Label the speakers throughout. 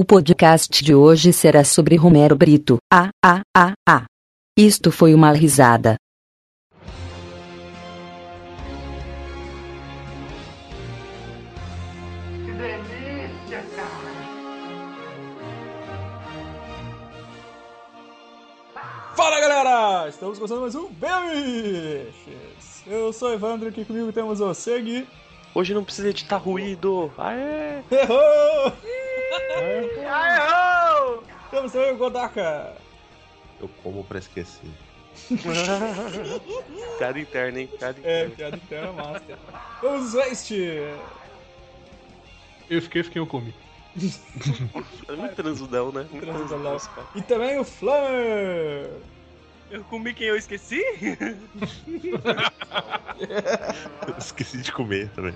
Speaker 1: O podcast de hoje será sobre Romero Brito. Ah, ah, ah, ah. Isto foi uma risada.
Speaker 2: Que delícia, cara!
Speaker 3: Fala galera! Estamos começando mais um Bemiches! Eu sou o Evandro e aqui comigo temos o Segui.
Speaker 4: Hoje não precisa editar ruído. Aê!
Speaker 3: Errou! Temos também o Godaka!
Speaker 5: Eu como pra esquecer.
Speaker 4: Piada interna, hein? Piada
Speaker 3: É,
Speaker 4: interna.
Speaker 3: piada interna master. Temos o Zeste!
Speaker 6: Eu fiquei, fiquei, eu comi.
Speaker 4: É, muito transudão, né? Muito
Speaker 3: Transudão.
Speaker 4: transudão. esse cara.
Speaker 3: E também o Flamer!
Speaker 4: Eu comi quem eu esqueci?
Speaker 5: Esqueci de comer também.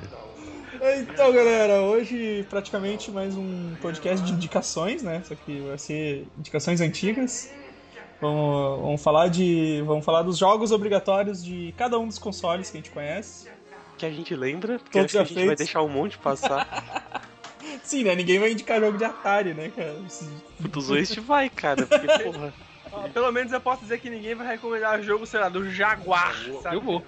Speaker 3: Então galera, hoje praticamente mais um podcast de indicações, né? Só que vai ser indicações antigas. Vamos, vamos falar de. Vamos falar dos jogos obrigatórios de cada um dos consoles que a gente conhece.
Speaker 4: Que a gente lembra, porque
Speaker 3: Todos
Speaker 4: acho que a gente vai
Speaker 3: feitos.
Speaker 4: deixar um monte passar.
Speaker 3: Sim, né? Ninguém vai indicar jogo de Atari, né, cara? Esse-
Speaker 4: Puto Zoeste vai, cara. Porque, porra.
Speaker 7: Ó, Pelo menos eu posso dizer que ninguém vai recomendar jogo, sei lá, do Jaguar, sabe?
Speaker 6: Eu vou.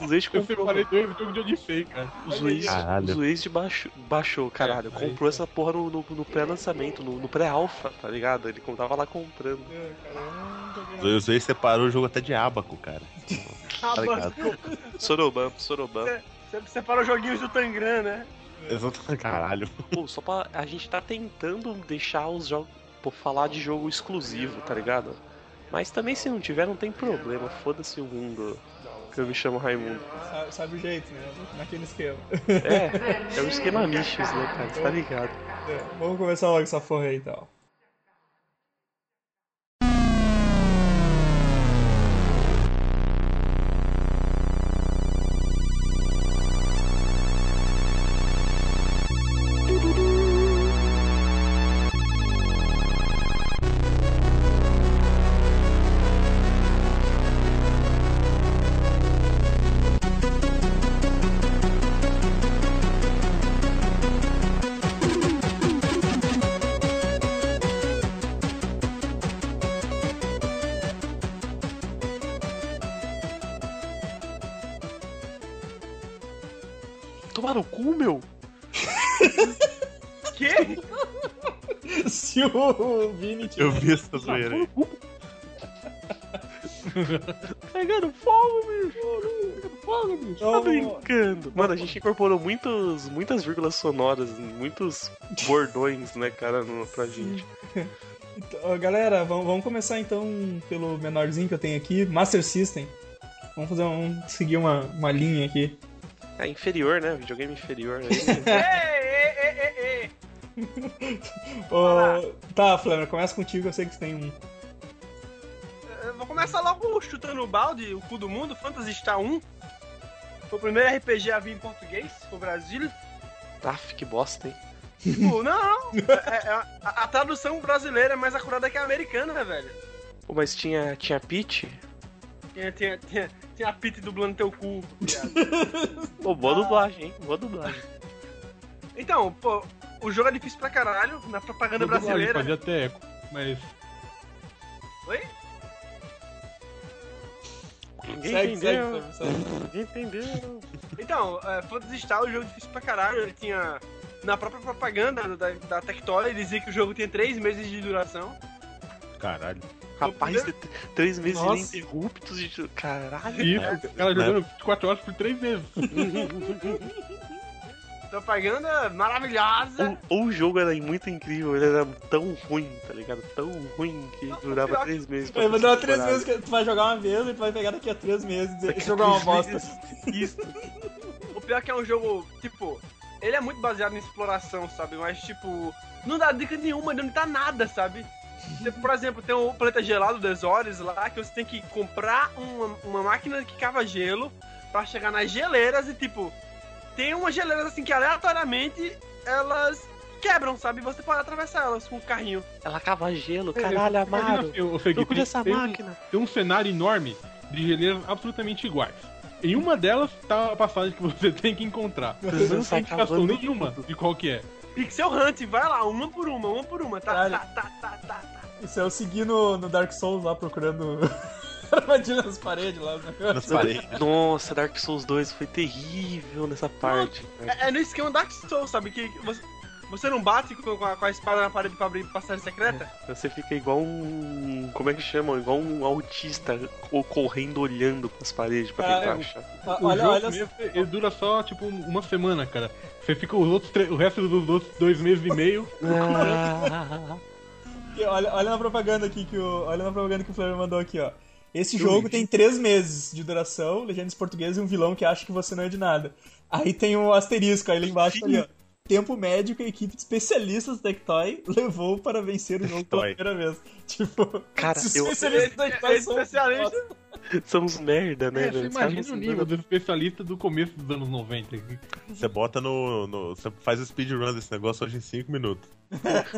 Speaker 4: O Zoeste
Speaker 6: Eu
Speaker 4: comprou.
Speaker 6: preparei dois jogos um de Odyssey, cara.
Speaker 4: O Zoeste,
Speaker 5: Caralho.
Speaker 4: o Zoeste baixou, baixou, caralho.
Speaker 6: É, aí,
Speaker 4: comprou essa porra no, no- no pré-lançamento, no, no pré-alpha, tá ligado? Ele tava lá comprando.
Speaker 3: É, cara, eu não joguei nada.
Speaker 5: Eu sei separou o jogo até de abaco, cara. Tá ligado?
Speaker 4: Soroban, Soroban.
Speaker 7: Você separa os joguinhos do Tangram, né?
Speaker 5: Exato- Caralho.
Speaker 4: Pô, só pra. A gente tá tentando deixar os jogos. Pô, falar de jogo exclusivo, tá ligado? Mas também se não tiver, não tem problema. Foda-se o mundo. Que eu me chamo Raimundo.
Speaker 3: Sabe, sabe o jeito, né? Naquele esquema.
Speaker 4: É, é o esquema Michos, né, cara? Você tá ligado?
Speaker 3: É, vamos começar logo essa porra aí, então.
Speaker 4: Tomaram o cu, meu?
Speaker 7: Que?
Speaker 3: Se o Vini tiver.
Speaker 5: Eu vi essa zoeira aí.
Speaker 4: Pegando fogo, bicho! Pegando fogo, bicho! Tá
Speaker 3: Não.
Speaker 4: brincando! Mano, a gente incorporou muitos, muitas vírgulas sonoras, muitos bordões, né, cara, no, pra gente.
Speaker 3: Então, galera, vamos, vamos começar então pelo menorzinho que eu tenho aqui, Master System. Vamos fazer um. seguir uma, uma linha aqui.
Speaker 4: É inferior, né? Videogame inferior. Né?
Speaker 7: Ei, ei, ei, ei, ei!
Speaker 3: Ô, tá, Flamer, começa contigo, eu sei que você tem um.
Speaker 7: Eu vou começar logo chutando o balde, o cu do mundo, Phantasy Star 1. Foi o primeiro RPG a vir em português, pro Brasil.
Speaker 4: Aff, Ah, que bosta, hein?
Speaker 7: Tipo, não, não. É- é- a, a tradução brasileira é mais acurada que a americana, né, velho?
Speaker 4: Pô, mas tinha, tinha Peach?
Speaker 7: Tinha, tinha, tinha, tinha a Pete dublando teu cu, viado.
Speaker 4: Pô, boa dublagem, hein? Boa dublagem.
Speaker 7: Então, pô, o jogo é difícil pra caralho, na propaganda
Speaker 6: Eu dublagem,
Speaker 7: brasileira.
Speaker 6: fazia até eco, mas
Speaker 4: Ninguém
Speaker 3: Segue, segue,
Speaker 4: entendeu.
Speaker 3: Flamer, segue.
Speaker 4: Ninguém entendeu.
Speaker 7: Então, é, Phantasy Star é um jogo difícil pra caralho. Ele tinha. Na própria propaganda da, da Tectoy, ele dizia que o jogo tinha três meses de duração.
Speaker 5: Caralho.
Speaker 4: Rapaz, né? de t- três meses
Speaker 3: Nossa.
Speaker 4: ininterruptos de. Caralho.
Speaker 6: isso, o cara
Speaker 4: Né?
Speaker 6: jogando 24 horas por 3 vezes.
Speaker 7: Propaganda maravilhosa.
Speaker 4: Ou ou o jogo era muito incrível, ele era tão ruim, tá ligado? Tão ruim que durava
Speaker 7: pior
Speaker 4: três meses. pra
Speaker 3: Vai
Speaker 4: ser
Speaker 3: dar três meses
Speaker 4: explorado.
Speaker 3: que tu vai jogar uma vez e tu vai pegar daqui a três meses e dizer,
Speaker 4: Daqui a
Speaker 3: jogar uma
Speaker 4: três
Speaker 3: bosta.
Speaker 4: Isso.
Speaker 7: O pior é que é um jogo, tipo, ele é muito baseado em exploração, sabe? Mas, tipo, não dá dica nenhuma, não dá nada, sabe? Você, Por exemplo, tem o planeta gelado das horas lá, que você tem que comprar uma, uma máquina que cava gelo pra chegar nas geleiras e, tipo, tem umas geleiras assim que aleatoriamente elas quebram, sabe? Você pode atravessar elas com o carrinho.
Speaker 4: Ela cava gelo, caralho,
Speaker 6: Imagina,
Speaker 4: Amaro.
Speaker 6: eu, eu peguei,
Speaker 4: Procura
Speaker 6: tem,
Speaker 4: essa
Speaker 6: tem um-
Speaker 4: máquina.
Speaker 6: tem um cenário enorme de geleiras absolutamente iguais. Em uma delas tá a passagem que você tem que encontrar. Você não
Speaker 4: Tá
Speaker 6: tem indicação
Speaker 4: acabando
Speaker 6: nenhuma de qual que é.
Speaker 7: Pixel Hunt, vai lá, uma por uma, uma por uma. Tá,
Speaker 3: Caralho.
Speaker 7: tá, tá, tá, tá, tá.
Speaker 3: Isso eu segui no, no Dark Souls lá procurando armadilha nas paredes lá. né?
Speaker 5: Nas paredes.
Speaker 4: Nossa, Dark Souls 2 foi terrível nessa parte. cara.
Speaker 7: É, é no esquema Dark Souls, sabe? Que você, você não bate com, com a, com a espada na parede pra abrir passagem secreta?
Speaker 4: Então Você fica igual um. Como é que chama? Igual um autista co- correndo olhando com as paredes pra
Speaker 3: Ah,
Speaker 4: tentar
Speaker 3: eu-
Speaker 4: achar.
Speaker 3: Ah,
Speaker 6: O
Speaker 3: olha,
Speaker 6: jogo
Speaker 3: olha,
Speaker 6: mesmo, ele dura só, tipo, uma semana, cara. Você fica os outros tre- o resto dos outros dois meses e meio.
Speaker 3: olha, olha na propaganda aqui que o. Olha na propaganda que o Flávio mandou aqui, ó. Esse
Speaker 6: Eu
Speaker 3: jogo
Speaker 6: vi.
Speaker 3: tem três meses de duração, legendas portuguesas e um vilão que acha que você não é de nada. Aí tem um asterisco aí lá embaixo ali, ó. Tempo médico e equipe de especialistas da Tectoy levou para vencer o jogo pela
Speaker 5: Tectoy.
Speaker 3: primeira vez. Tipo,
Speaker 4: Cara,
Speaker 3: os
Speaker 4: eu-
Speaker 3: especialistas da Tectoy
Speaker 7: Esse
Speaker 3: são
Speaker 7: especialista-
Speaker 4: São uns merda, né,
Speaker 6: É, você
Speaker 4: velho? Os caras
Speaker 6: imagina o
Speaker 4: são
Speaker 6: nível
Speaker 4: dando-
Speaker 6: do especialista do começo dos anos 90.
Speaker 5: Você bota no, no- Você faz o speedrun desse negócio hoje em 5 minutos.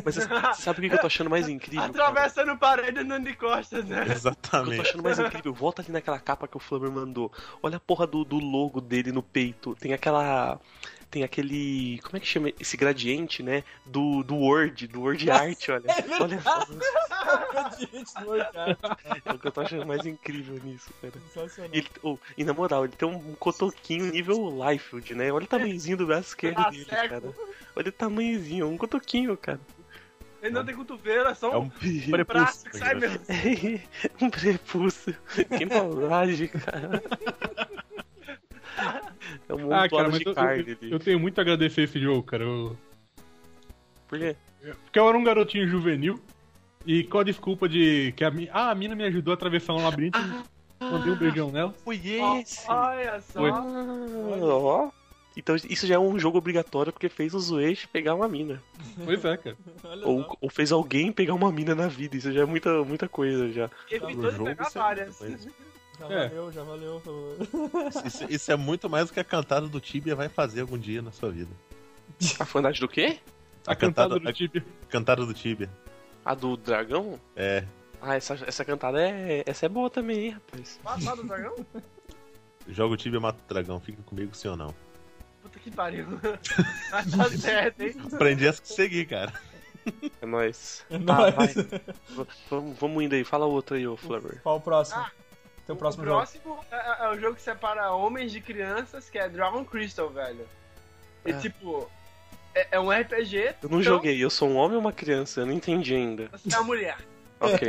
Speaker 4: Mas você sabe o que que eu tô achando mais incrível? cara?
Speaker 7: Atravessando parede andando de costas, né?
Speaker 4: O que eu tô
Speaker 5: Exatamente.
Speaker 4: achando mais incrível, volta ali naquela capa que o Flammer mandou. Olha a porra do, do logo dele no peito. Tem aquela. Tem aquele. Como é que chama esse gradiente, né? Do, do Word, do
Speaker 6: É
Speaker 4: Word Art, olha. Olha só,
Speaker 3: gente do World, cara.
Speaker 4: é o que eu tô achando mais incrível nisso, cara.
Speaker 3: Sensacional.
Speaker 4: E, ele- oh, e na moral, ele tem um cotoquinho nível Liefeld, né? Olha o tamanhozinho do braço esquerdo
Speaker 7: Tá
Speaker 4: dele,
Speaker 7: certo.
Speaker 4: cara. Olha o tamanhozinho, é um cotoquinho, cara.
Speaker 7: Ele não tem cotovelo, é só
Speaker 5: É
Speaker 7: um
Speaker 5: um
Speaker 7: braço que
Speaker 5: prepúcio.
Speaker 7: sai
Speaker 5: cara.
Speaker 7: mesmo.
Speaker 4: um prepúcio. Que maldade, cara. É um
Speaker 6: Ah, cara,
Speaker 4: montuado
Speaker 6: mas
Speaker 4: de
Speaker 6: eu,
Speaker 4: carne
Speaker 6: eu,
Speaker 4: ali.
Speaker 6: eu tenho muito a agradecer esse jogo, cara. Eu-
Speaker 4: Por quê?
Speaker 6: Porque eu era um garotinho juvenil. E qual a desculpa de que a, mi- ah, a mina me ajudou a atravessar um labirinto? mandei um beijão nela.
Speaker 4: Foi esse!
Speaker 7: Olha só.
Speaker 6: Oi.
Speaker 4: ó. Então isso já é um jogo obrigatório porque fez o Zueix pegar uma mina.
Speaker 6: Pois é, cara.
Speaker 3: Olha só.
Speaker 7: Uhum.
Speaker 4: Ou, ou fez alguém pegar uma mina na vida. Isso já é muita, muita coisa já.
Speaker 7: Evitou de
Speaker 5: jogo,
Speaker 7: pegar
Speaker 5: isso é
Speaker 7: então várias.
Speaker 5: muito
Speaker 3: Já
Speaker 6: É.
Speaker 3: valeu, já valeu. pelo-
Speaker 4: Ah,
Speaker 5: Isso, isso é muito mais do que a cantada do Tibia vai fazer algum dia na sua vida.
Speaker 4: A fanart do quê?
Speaker 6: A, cantada, do Tibia.
Speaker 5: cantada do Tibia.
Speaker 4: A do dragão?
Speaker 5: É.
Speaker 4: Ah, essa, essa cantada é. Essa é boa também, hein, rapaz.
Speaker 7: Matado o dragão?
Speaker 5: Joga o Tibia mata o dragão, fica comigo sim ou não.
Speaker 7: Puta que pariu. Mas tá certo, hein?
Speaker 5: Aprendi a seguir, cara.
Speaker 4: É nóis.
Speaker 3: É
Speaker 4: Tá,
Speaker 3: nóis.
Speaker 4: vai. V- Vamos vamos indo aí. Fala outro aí, ô Flubber.
Speaker 3: Qual o próximo?
Speaker 7: Ah,
Speaker 3: Teu próximo
Speaker 7: o
Speaker 3: jogo.
Speaker 7: próximo é, é- é o jogo que separa homens de crianças, que é Dragon Crystal, velho. E
Speaker 4: É.
Speaker 7: tipo, é, é um RPG.
Speaker 4: Eu não
Speaker 7: então,
Speaker 4: joguei. Eu sou um homem ou uma criança? Eu não entendi ainda. Tá,
Speaker 7: Você é uma mulher.
Speaker 4: Ok.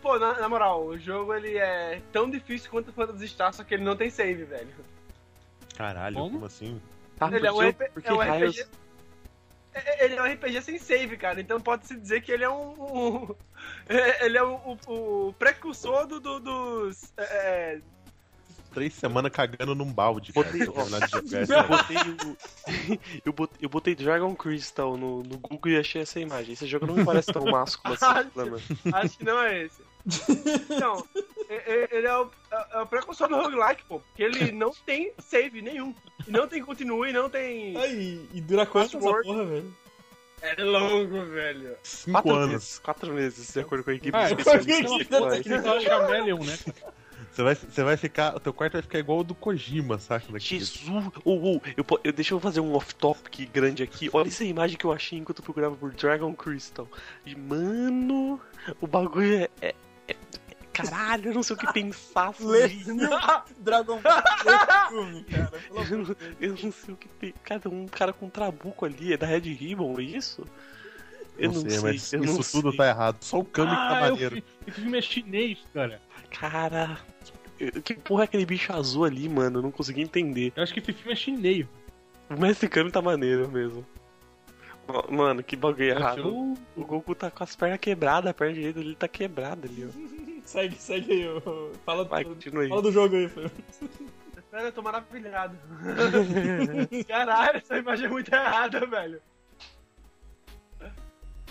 Speaker 7: Pô, na, na moral, o jogo ele é tão difícil quanto o Phantasy Star, só que ele não tem save, velho.
Speaker 5: Caralho,
Speaker 6: Como?
Speaker 5: como, assim?
Speaker 4: Tá,
Speaker 7: Ele é um
Speaker 4: porque,
Speaker 7: RP
Speaker 4: porque
Speaker 7: é um
Speaker 4: raios-
Speaker 7: RPG É- Ele é um RPG sem save, cara. Então pode-se dizer que ele é um. um- é- ele é o, o- o precursor do, do- dos. é, é,
Speaker 5: Três semanas cagando num balde, cara.
Speaker 4: Botei-
Speaker 5: pra terminar de né? jogar
Speaker 4: Eu
Speaker 5: essa porra.
Speaker 4: botei, o- eu, bot- eu botei Dragon Crystal no, no Google e achei essa imagem. Esse jogo não me parece tão másculo assim, Flamengo.
Speaker 7: acho que não é esse. Então, é- é- ele é o, é- é o precursor do roguelike, pô. Porque ele não tem save nenhum. E não tem continue, não tem.
Speaker 3: Ai, e dura quanto essa
Speaker 7: Password.
Speaker 3: porra, velho?
Speaker 7: É longo, velho.
Speaker 5: Cinco anos.
Speaker 4: meses, quatro meses, de acordo com a equipe.
Speaker 6: Ah,
Speaker 4: de
Speaker 6: eu
Speaker 4: especialistas
Speaker 3: joguei
Speaker 4: da
Speaker 3: aqui,
Speaker 4: Fly.
Speaker 6: Aquele tal Chameleon, né?
Speaker 5: Você vai, você vai ficar. O teu quarto vai ficar igual o do Kojima, saca? tipo, Daquele-
Speaker 4: Jesus! Oh, oh, eu, po- eu- deixa eu fazer um off-topic grande aqui. Olha essa imagem que eu achei enquanto eu procurava por Dragon Crystal. E, mano, o bagulho é. é- é- Caralho, eu não sei o que pensar sobre isso.
Speaker 3: Dragon Ball Z filme, cara. Pelo amor
Speaker 4: Eu não, eu não sei o que tem. Cara, um cara com um trabuco ali, é da Red Ribbon, é isso? Eu não, sei,
Speaker 5: mas
Speaker 4: eu
Speaker 5: isso
Speaker 4: não
Speaker 5: tudo
Speaker 4: sei.
Speaker 5: tá errado. Só o Kami
Speaker 6: Ah, eu
Speaker 5: Cavaleiro.
Speaker 6: fi- esse filme é chinês, cara.
Speaker 4: Cara, eu- que porra é aquele bicho azul ali, mano? Eu não consegui entender.
Speaker 6: Eu acho que esse filme é chinês.
Speaker 4: O mexicano tá maneiro mesmo. Ma- Mano, que bagulho errado.
Speaker 3: um-
Speaker 6: Eu-
Speaker 4: O Goku tá com as pernas quebradas, a perna direita dele tá quebrada ali, ó.
Speaker 3: de- Segue, segue aí. ô. Fala,
Speaker 4: Vai, continua aí.
Speaker 3: fala do jogo aí, Fê.
Speaker 7: Velho, eu tô maravilhado. Caralho, essa imagem é muito errada, velho.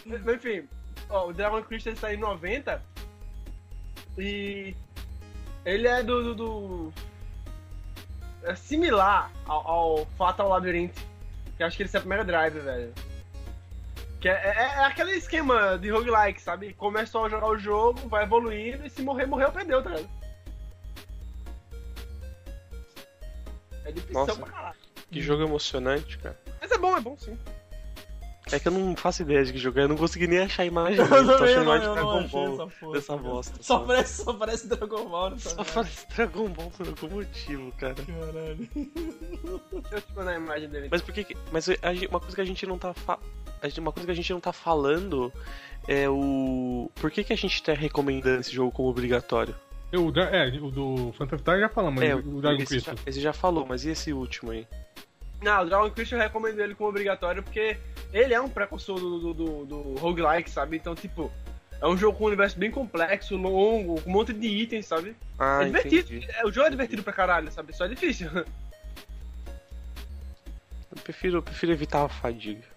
Speaker 7: Mas, Enfim, ó, o Dragon Crystal está em 90 e ele é do. do, do- é similar ao, ao Fatal Labyrinth, que eu acho que ele é o Mega Drive, velho. Que é, é, é aquele esquema de roguelike, sabe? Começa a jogar o jogo, vai evoluindo e se morrer, morreu, perdeu, tá ligado? É difícil
Speaker 4: Nossa.
Speaker 7: pra caralho. É
Speaker 4: Que jogo emocionante, cara.
Speaker 7: Mas é bom, é bom sim.
Speaker 4: É que eu não faço ideia de que jogar, eu não consegui nem achar a imagem.
Speaker 3: Eu
Speaker 4: dele. tô
Speaker 3: também
Speaker 4: achando
Speaker 3: não,
Speaker 4: mais de
Speaker 3: eu não
Speaker 4: Dragon
Speaker 3: achei
Speaker 4: Ball
Speaker 3: essa porra.
Speaker 4: dessa bosta.
Speaker 3: Só
Speaker 4: sabe?
Speaker 3: parece, só parece Dragon Ball nessa
Speaker 4: Só
Speaker 3: merda.
Speaker 4: parece Dragon Ball por algum motivo, cara.
Speaker 3: Caralho.
Speaker 7: Deixa eu te mandar a imagem dele.
Speaker 4: Mas por que. que- Mas a gente- uma coisa que a gente não tá. fa- a gente- Uma coisa que a gente não tá falando é o. Por que, que a gente tá recomendando esse jogo como obrigatório?
Speaker 6: Eu, o Dra- é, o do Phantom Star já falamos,
Speaker 4: é,
Speaker 6: mas o Dragon
Speaker 4: esse,
Speaker 6: Quest.
Speaker 4: já, esse já falou, mas e esse último aí?
Speaker 7: Não, o Dragon Quest eu recomendo ele como obrigatório porque ele é um precursor do, do, do, do roguelike, sabe? Então, tipo, é um jogo com um universo bem complexo, longo, com um monte de itens, sabe?
Speaker 4: Ah,
Speaker 7: é divertido.
Speaker 4: entendi.
Speaker 7: É, o jogo é divertido pra caralho, sabe? Só é difícil.
Speaker 4: Eu prefiro, eu prefiro evitar a fadiga.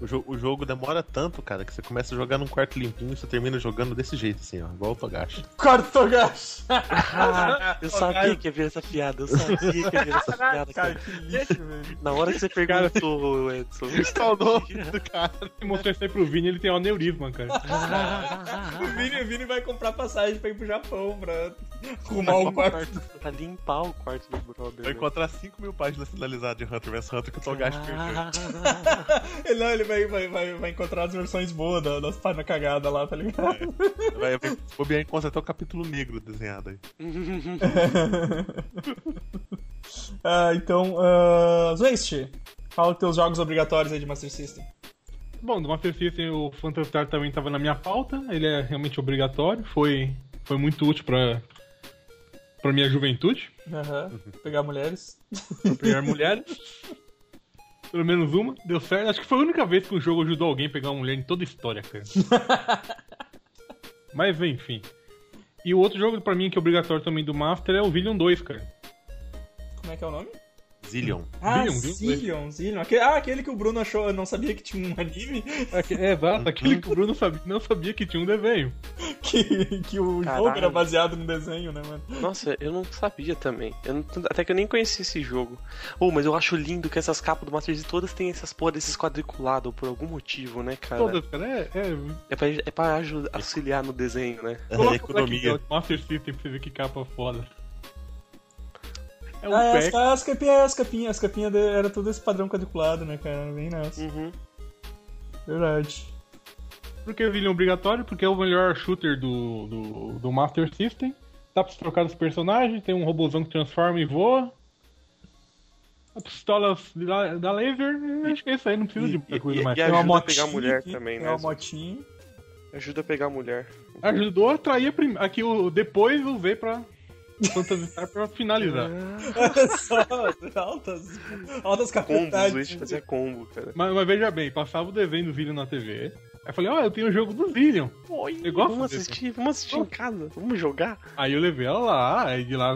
Speaker 5: O, jo- o jogo demora tanto, cara, que você começa a jogar num quarto limpinho e você termina jogando desse jeito, assim, ó. Igual o Togashi.
Speaker 3: Cartogash!
Speaker 4: Ah, eu sabia que ia vir essa piada, eu sabia que ia vir essa piada.
Speaker 3: Cara,
Speaker 4: Cara.
Speaker 3: que lixo, velho.
Speaker 4: Na hora que você perguntou, Edson.
Speaker 5: Qual o nome do cara?
Speaker 6: Quem mostrou isso aí pro Vini, ele tem um aneurisma, cara.
Speaker 3: O Vini, o Vini vai comprar passagem pra ir pro Japão pra arrumar um quarto.
Speaker 4: pra limpar o quarto do brother.
Speaker 5: Vai encontrar 5 mil páginas finalizadas de Hunter vs Hunter que o Togashi perdeu.
Speaker 3: Ele, não, ele vai, vai, vai, vai encontrar as versões boas da- das páginas cagadas lá, tá ligado?
Speaker 5: Vai, vai, se bobear, encontra até o capítulo negro desenhado aí.
Speaker 4: É.
Speaker 3: Ah, então, uh, Zwist, fala os teus jogos obrigatórios aí de Master System.
Speaker 6: Bom, do Master System, o Phantom Star também tava na minha pauta, ele é realmente obrigatório, foi, foi muito útil pra, pra minha juventude,
Speaker 3: Aham, pegar mulheres.
Speaker 6: pra pegar mulheres. Pelo menos uma, deu certo. Acho que foi a única vez que o jogo ajudou alguém a pegar uma mulher em toda a história, cara. Mas enfim. E o outro jogo pra mim que é obrigatório também do Master é o Villion 2, cara.
Speaker 3: Como é que é o nome?
Speaker 5: Zillion.
Speaker 3: Ah,
Speaker 6: Zillion, viu?
Speaker 3: Zillion, Zillion. Aquele, ah, aquele que o Bruno achou, eu não sabia que tinha um anime,
Speaker 6: Aque- É, exato, aquele que o Bruno sabia- não sabia que tinha um desenho.
Speaker 3: que, que o jogo
Speaker 4: Caralho.
Speaker 3: era baseado no desenho, né, mano?
Speaker 4: Nossa, eu não sabia também. Eu não- até que eu nem conhecia esse jogo. Oh, mas eu acho lindo que essas capas do Master System todas têm essas porra desses quadriculados por algum motivo, né, cara?
Speaker 6: Todas, cara, é, é.
Speaker 4: É pra, é pra aju- auxiliar no desenho, né?
Speaker 5: A
Speaker 6: Aqui, ó,
Speaker 5: É economia.
Speaker 6: Master System pra você ver que capa foda. É um
Speaker 3: Ah, é, as,
Speaker 6: pack.
Speaker 3: ca- as capinhas, as capinhas, as capinhas de- era tudo esse padrão quadriculado, né, cara? Bem nessa.
Speaker 4: Uhum.
Speaker 3: Verdade.
Speaker 6: Por que Villion obrigatório? Porque é o melhor shooter do, do, do Master System. Dá pra você trocar os personagens, tem um robôzão que transforma e voa. A pistola da, da laser, eu acho que é isso aí, não precisa de muita coisa
Speaker 4: e-
Speaker 6: mais.
Speaker 4: e
Speaker 3: Tem uma
Speaker 4: É, ajuda a
Speaker 3: motinha.
Speaker 4: pegar mulher
Speaker 3: aqui,
Speaker 4: também,
Speaker 3: tem
Speaker 4: né,
Speaker 3: uma
Speaker 4: Zé?
Speaker 3: motinha.
Speaker 4: Ajuda a pegar a mulher.
Speaker 6: Ajudou a atrair a prim... aqui o depois usei pra Phantasy Star pra finalizar.
Speaker 4: É.
Speaker 3: Olha só, altas, altas
Speaker 4: Combo, o
Speaker 3: capacidades.
Speaker 4: Switch fazia combo, cara.
Speaker 6: Mas, mas veja bem, passava o desenho do Zillion na TV. Aí eu falei, ó, eu tenho o jogo do Zillion. Eu gosto
Speaker 4: vamos
Speaker 6: desse.
Speaker 4: assistir, vamos assistir em casa, vamos jogar.
Speaker 6: Aí eu levei ela lá, aí de lá